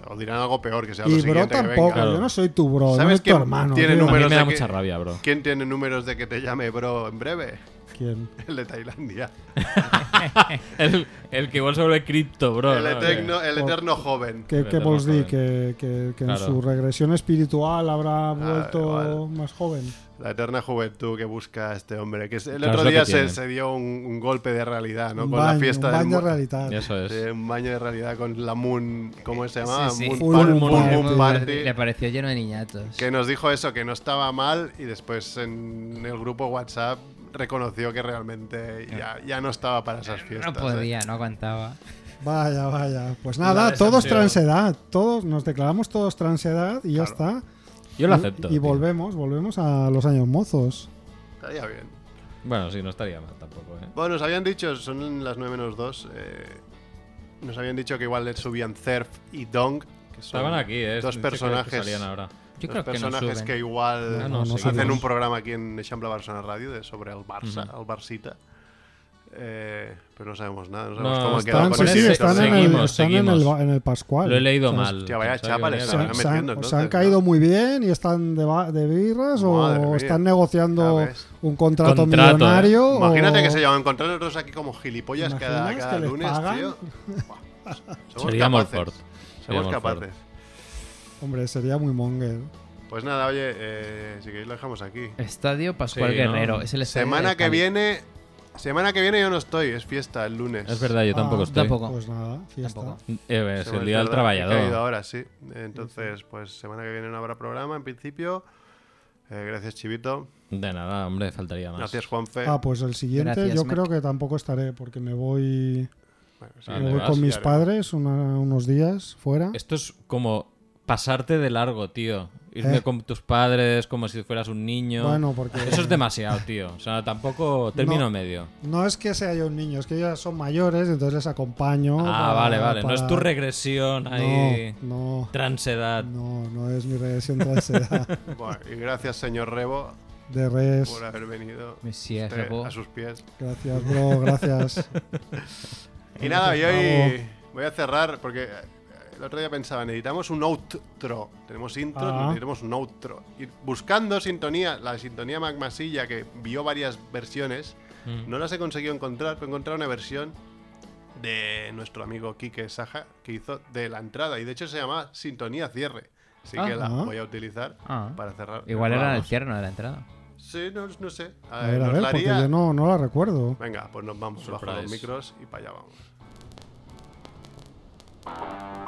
O dirán algo peor que sea lo Y siguiente bro que venga. tampoco, Claro. yo no soy tu bro, no ¿Sabes soy tu quién hermano. tío. tiene A mí números me de da que- mucha rabia, bro. ¿Quién tiene números de que te llame bro en breve? ¿Quién? El de Tailandia. El, el que igual se vuelve cripto, bro. el, ¿no? eterno, el eterno joven. Que, Pero que te Vols lo di joven. que, que- que Claro. en su regresión espiritual habrá vuelto igual. más joven. La eterna juventud que busca este hombre. Que se- el Claro, es otro lo día que se, tiene. se dio un, un golpe de realidad, ¿no? un Con baño, la fiesta un baño del de realidad. Eso es. Sí, un baño de realidad con la Moon. ¿Cómo se llamaba? Sí, sí. Moon, Full Par- Moon Full Party. Moon Full Party. Le pareció lleno de niñatos. Que nos dijo eso, que no estaba mal y después en el grupo WhatsApp reconoció que realmente ya, ya no estaba para esas No fiestas. ¿eh? podía, no aguantaba. Vaya, vaya. Pues nada, todos transedad. Todos, nos declaramos todos transedad y ya está. Yo lo Y- acepto. Y, tío. volvemos, volvemos a los años mozos. ¿eh? Estaría bien. Bueno, sí, no estaría mal tampoco, ¿eh? Bueno, nos habían dicho, son las 9 menos 2. eh, nos habían dicho que igual le subían Cerf y Dong. Que son Estaban aquí, ¿eh? Dos Este que- que personajes. salían ahora. Yo dos creo que no personajes suben. que igual No, no, no hacen subimos. un programa aquí en Eixample Barcelona Radio de, sobre el Barça, el Barcita. Eh, pero no sabemos nada, no sabemos No, cómo ha están- quedado Están, con sí, parecido. el sí, directo. están, en, el, Seguimos, están en, el, seguimos. en el Pascual. Lo he leído O sea, mal. Hostia, vaya pensaba que chapa le venía Se, estaban bien. se metiendo, han, se han entonces, caído ¿no? muy bien y están de, ba- de birras Madre o mía. están negociando Ya ves. un contrato, Contrato, eh. millonario. Imagínate o- que se llaman contra nosotros aquí como gilipollas cada, ¿Imaginas cada que les lunes, pagan? tío. Buah, somos Seríamos ¿eh? capaces. Ford. Somos Seríamos capaces. Hombre, sería muy monger. Pues nada, oye, eh, si queréis lo dejamos aquí. Estadio Pascual Sí, no. Guerrero. Es el estadio Semana de que Cali. viene. Semana que viene yo no estoy, es fiesta el lunes. Es verdad, yo tampoco Ah, estoy. tampoco. Pues nada, fiesta. Tampoco. Eh, Se es me- el día es del verdad, he caído trabajador. ahora, sí. Entonces, pues semana que viene no habrá programa, en principio. Eh, gracias, Chivito. De nada, hombre, faltaría más. Gracias, Juanfe. Ah, pues el siguiente Gracias, yo Mac. creo que tampoco estaré porque me voy, Bueno, sí, Ah, me ¿dónde voy vas? con Ya mis haremos. Este padres una- unos días fuera. Esto es como pasarte de largo, tío. Irme ¿Eh? con tus padres como si fueras un niño. Bueno, porque- Eso es demasiado, tío. O sea, tampoco término No. medio. No es que sea yo un niño, es que ellos son mayores, entonces les acompaño. para- ah, vale, vale. No para- es tu regresión ahí. No, Transedad. no, no, no es mi regresión transedad Bueno, y gracias, señor Rebo, de res. por haber venido Monsieur Usted, Rebo. a sus pies. Gracias, bro, gracias. Y nada, y hoy voy a cerrar porque eh, el otro día pensaba, necesitamos un outro. Tenemos intro, Ah. necesitamos un outro. Y buscando sintonía, la sintonía Magmasilla que vio varias versiones, Mm. no las he conseguido encontrar, pero he encontrado una versión de nuestro amigo Quique Saja que hizo de la entrada y de hecho se llama Sintonía Cierre. Así que la Ah. voy a utilizar Ah. para cerrar. Igual era el Vamos. cierre, no de la entrada. Sí, no, no sé. A A ver, ver, a nos ver, la porque haría- yo no, no la recuerdo. Venga, pues nos vamos, bajo Surprise. los micros y para allá vamos.